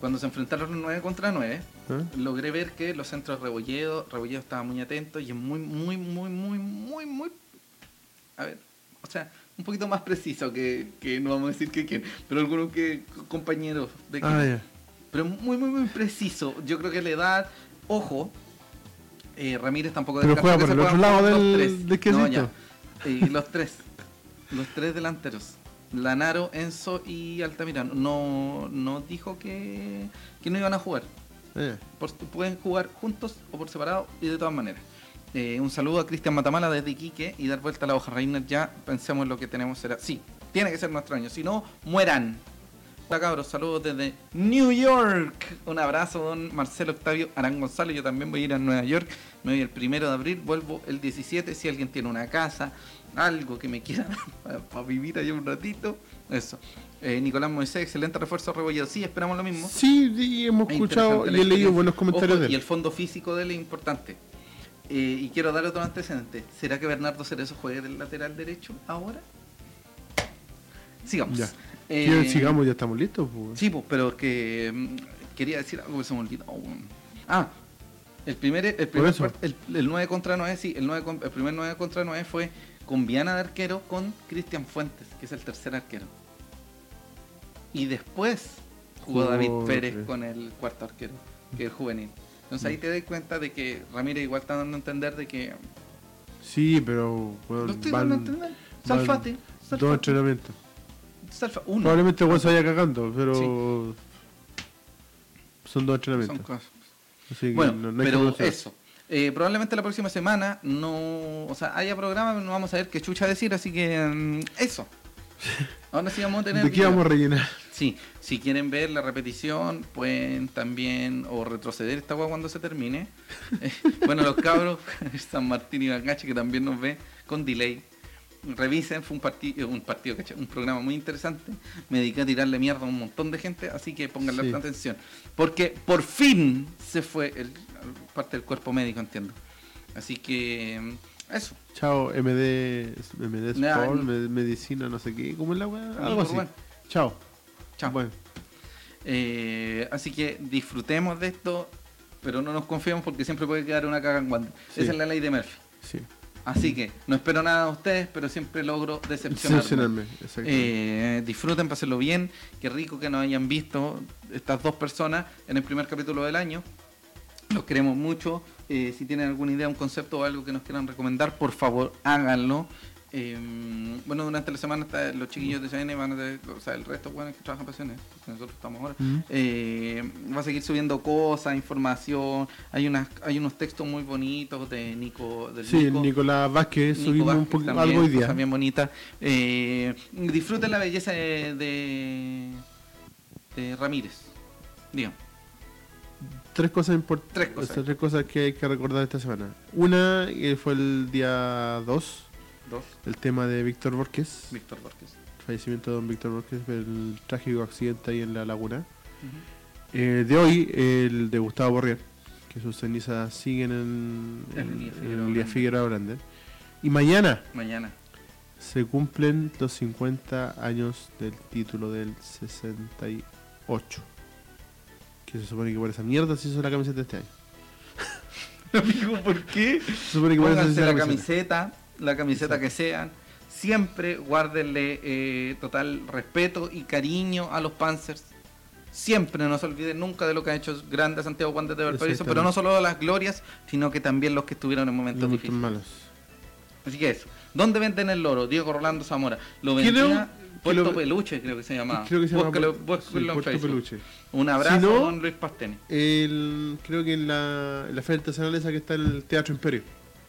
B: cuando se enfrentaron los 9 contra 9,
A: ¿Eh?
B: logré ver que los centros Rebolledo, Rebolledo estaba muy atento y es muy, muy, muy, muy, muy, muy... A ver, o sea, un poquito más preciso que, que no vamos a decir que quién, pero algunos que compañeros de equipo
A: Ah, ya.
B: pero muy, muy, muy preciso. Yo creo que la edad, ojo, eh, Ramírez tampoco
A: Pero
B: descartó
A: juega
B: que
A: por
B: se
A: el
B: juegan
A: otro lado
B: los
A: del-
B: tres.
A: del quesito.
B: No, ya. Eh, los tres, los tres delanteros. Lanaro, Enzo y Altamirano. No, no dijo que, que no iban a jugar.
A: Ah,
B: Por- pueden jugar juntos o por separado y de todas maneras. Eh, un saludo a Cristian Matamala desde Iquique y dar vuelta a la hoja Reiner ya. Pensemos en lo que tenemos será. Sí, tiene que ser nuestro año. Si no, mueran. Hola cabros, saludos desde New York. Un abrazo, don Marcelo Octavio Arán González. Yo también voy a ir a Nueva York. Me voy el primero de abril, vuelvo el 17. Si alguien tiene una casa, algo que me quiera para vivir allá un ratito, eso. Eh, Nicolás Moisés, excelente refuerzo Rebolledo. Sí, esperamos lo mismo.
A: Sí, y hemos
B: Es
A: escuchado y
B: interesante la
A: he leído
B: experiencia.
A: buenos comentarios
B: Ojo,
A: de él.
B: Y el fondo físico de él es importante. Eh, y quiero dar otro antecedente. ¿Será que Bernardo Cerezo juega del lateral derecho ahora? Sigamos.
A: Ya.
B: Eh,
A: Quiero- sigamos, ya estamos listos. pues.
B: Sí, pues, pero que mm, quería decir algo que se me olvidó. weón. Ah, el primer, el primer
A: eso.
B: part- el, el 9 contra 9, sí, el, 9, con- el primer 9 contra 9 fue con Viana de arquero con Cristian Fuentes, que es el tercer arquero. Y después jugó
A: Jugó
B: David
A: otro.
B: Pérez con el cuarto arquero, que es juvenil. Entonces ahí te das cuenta de que Ramírez igual está dando a entender de que.
A: Sí, pero bueno,
B: Lo estoy dando a
A: van
B: entender. Salfate.
A: dos
B: Salfate.
A: entrenamientos.
B: Salfa, uno.
A: Probablemente el se vaya cagando, pero son dos
B: Son
A: entrenamientos.
B: cosas.
A: Así que
B: Bueno,
A: no- no hay que
B: pero
A: conocer.
B: eso. Eh, probablemente la próxima semana no. O sea, haya programa, no vamos a ver qué chucha decir, así que. mm, eso. Ahora sí vamos a tener.
A: ¿De qué
B: video.
A: vamos a rellenar?
B: Sí, si quieren ver la repetición, pueden también. O retroceder esta hueá cuando se termine. Eh, bueno, los cabros, San Martín y Bangache, que también nos ve con delay. Revisen, fue un partido, un partido, cacha, un programa muy interesante. Me dediqué a tirarle mierda a un montón de gente, así que pónganle
A: Sí.
B: atención. Porque por fin se fue el, parte del cuerpo médico, entiendo. Así que mm, eso.
A: Chao, MD, MD Sport,
B: Nah, no.
A: me- medicina, no sé qué, ¿cómo es la weá?
B: Amigo
A: Algo así.
B: Rubén.
A: Chao.
B: Chao.
A: Bueno,
B: Eh, así que disfrutemos de esto, pero no nos confiemos porque siempre puede quedar una caga en guante.
A: Sí.
B: Esa es la ley de Murphy.
A: sí.
B: Así que no espero nada de ustedes, pero siempre logro decepcionarme.
A: Decepcionarme, exacto.
B: Eh, disfruten, pásenlo bien. Qué rico que nos hayan visto estas dos personas en el primer capítulo del año. Los queremos mucho. Eh, si tienen alguna idea, un concepto o algo que nos quieran recomendar, por favor háganlo. Eh, bueno, durante la semana está- los chiquillos de CN van a tener- o sea, el resto bueno, que trabajan pasiones, porque nosotros estamos ahora.
A: Mm.
B: Eh, va a seguir subiendo cosas, información. Hay unas, hay unos textos muy bonitos de Nico, del
A: Sí,
B: Nico.
A: Nicolás Vázquez,
B: Nico
A: subimos un
B: Vázquez
A: poco
B: también,
A: algo hoy
B: cosa
A: día.
B: bien bonita. Eh, disfruten la belleza de, de, de Ramírez. Digo,
A: Tres cosas importantes.
B: Tres cosas.
A: tres cosas que hay que recordar esta semana. Una eh, fue el día 2,
B: dos,
A: el tema de Víctor Borges.
B: Víctor Borges.
A: Fallecimiento de don Víctor Borges, el trágico accidente ahí en la laguna. Eh, de hoy, el de Gustavo Borrier, que sus cenizas siguen en,
B: En
A: en-
B: Elías
A: en Elías
B: Figueroa Brander.
A: Figueroa Brander. Y mañana
B: Mañana.
A: se cumplen los 50 años del título del 68. Que se supone que por esa mierda se hizo la camiseta este año.
B: Amigo, ¿por qué?
A: Se supone que por eso se
B: Pónganse
A: hizo
B: la camiseta, la camiseta que sean. Siempre guárdenle eh, total respeto y cariño a los Panzers. Siempre, no se olviden nunca de lo que ha hecho grande Santiago Juan de Valparaíso, pero no
A: Exactamente.
B: solo de las glorias, sino que también los que estuvieron en
A: Los
B: momentos
A: momentos
B: difíciles.
A: malos.
B: Así que eso. ¿Dónde venden el loro? Diego Rolando Zamora. Lo
A: Creo
B: vendía
A: que
B: Puerto
A: lo-
B: Peluche, creo que se llamaba.
A: Creo que se llama
B: Búscalo-
A: Pu-
B: búscalo
A: sí,
B: en
A: Puerto
B: Facebook.
A: Peluche.
B: Un abrazo
A: Si no-
B: don Luis Pastene.
A: El, creo que en la, en la feria artesanal esa que está en el Teatro Imperio.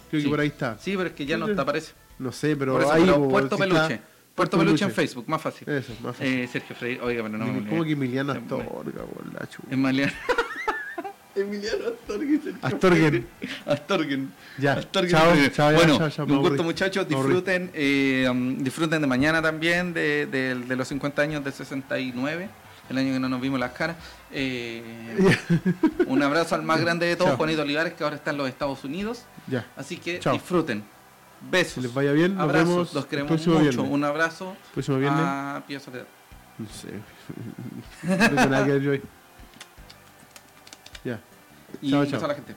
A: Creo
B: Sí.
A: que por ahí está.
B: Sí, pero es que ya no
A: Creo-
B: te aparece.
A: No sé, pero
B: Por eso,
A: ahí
B: pero
A: po,
B: Puerto
A: si
B: Peluche.
A: está-
B: Puerto Peluche en Facebook, más fácil.
A: Eso, más fácil.
B: Eh, Sergio Freire, oiga, pero no me
A: Como
B: olvidé.
A: que Emiliano
B: Se- Em-
A: Astorga, weón, la chucha.
B: Es Maliano. Emiliano Astorgen. Sergio
A: Astorgen.
B: Freire. Astorgen.
A: Ya,
B: Astorgen
A: chao,
B: Freire.
A: chao, ya,
B: bueno,
A: chao, chao, me
B: un gusto
A: aburrí.
B: muchachos.
A: Me aburrí.
B: Disfruten, eh, um, disfruten de mañana también, de, de- de los 50 años del 69, el año que no nos vimos las caras. Eh, un abrazo al más grande de todos,
A: Chao.
B: Juanito Olivares, que ahora está en los Estados Unidos.
A: Ya.
B: Así que
A: Chao.
B: disfruten.
A: Que
B: Besos.
A: les vaya bien, nos
B: abrazos.
A: vemos
B: los queremos
A: el próximo
B: mucho.
A: viernes.
B: Un abrazo.
A: Próximo viernes.
B: A Pío Soledad.
A: No sé. no tengo nada que ver yo hoy. Ya.
B: Y
A: Chao,
B: un beso
A: chao.
B: a la gente.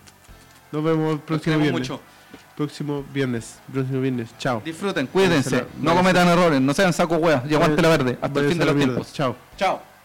A: Nos vemos el
B: Los
A: próximo
B: queremos
A: viernes.
B: mucho.
A: Próximo viernes. Próximo viernes. Chao.
B: Disfruten,
A: Váyanse
B: cuídense,
A: la-
B: no
A: váyanse.
B: cometan errores, no sean saco huevas y aguante la verde. Hasta el
A: Váyanse
B: fin de
A: a la
B: los
A: mierda.
B: tiempos.
A: Chao.
B: Chao.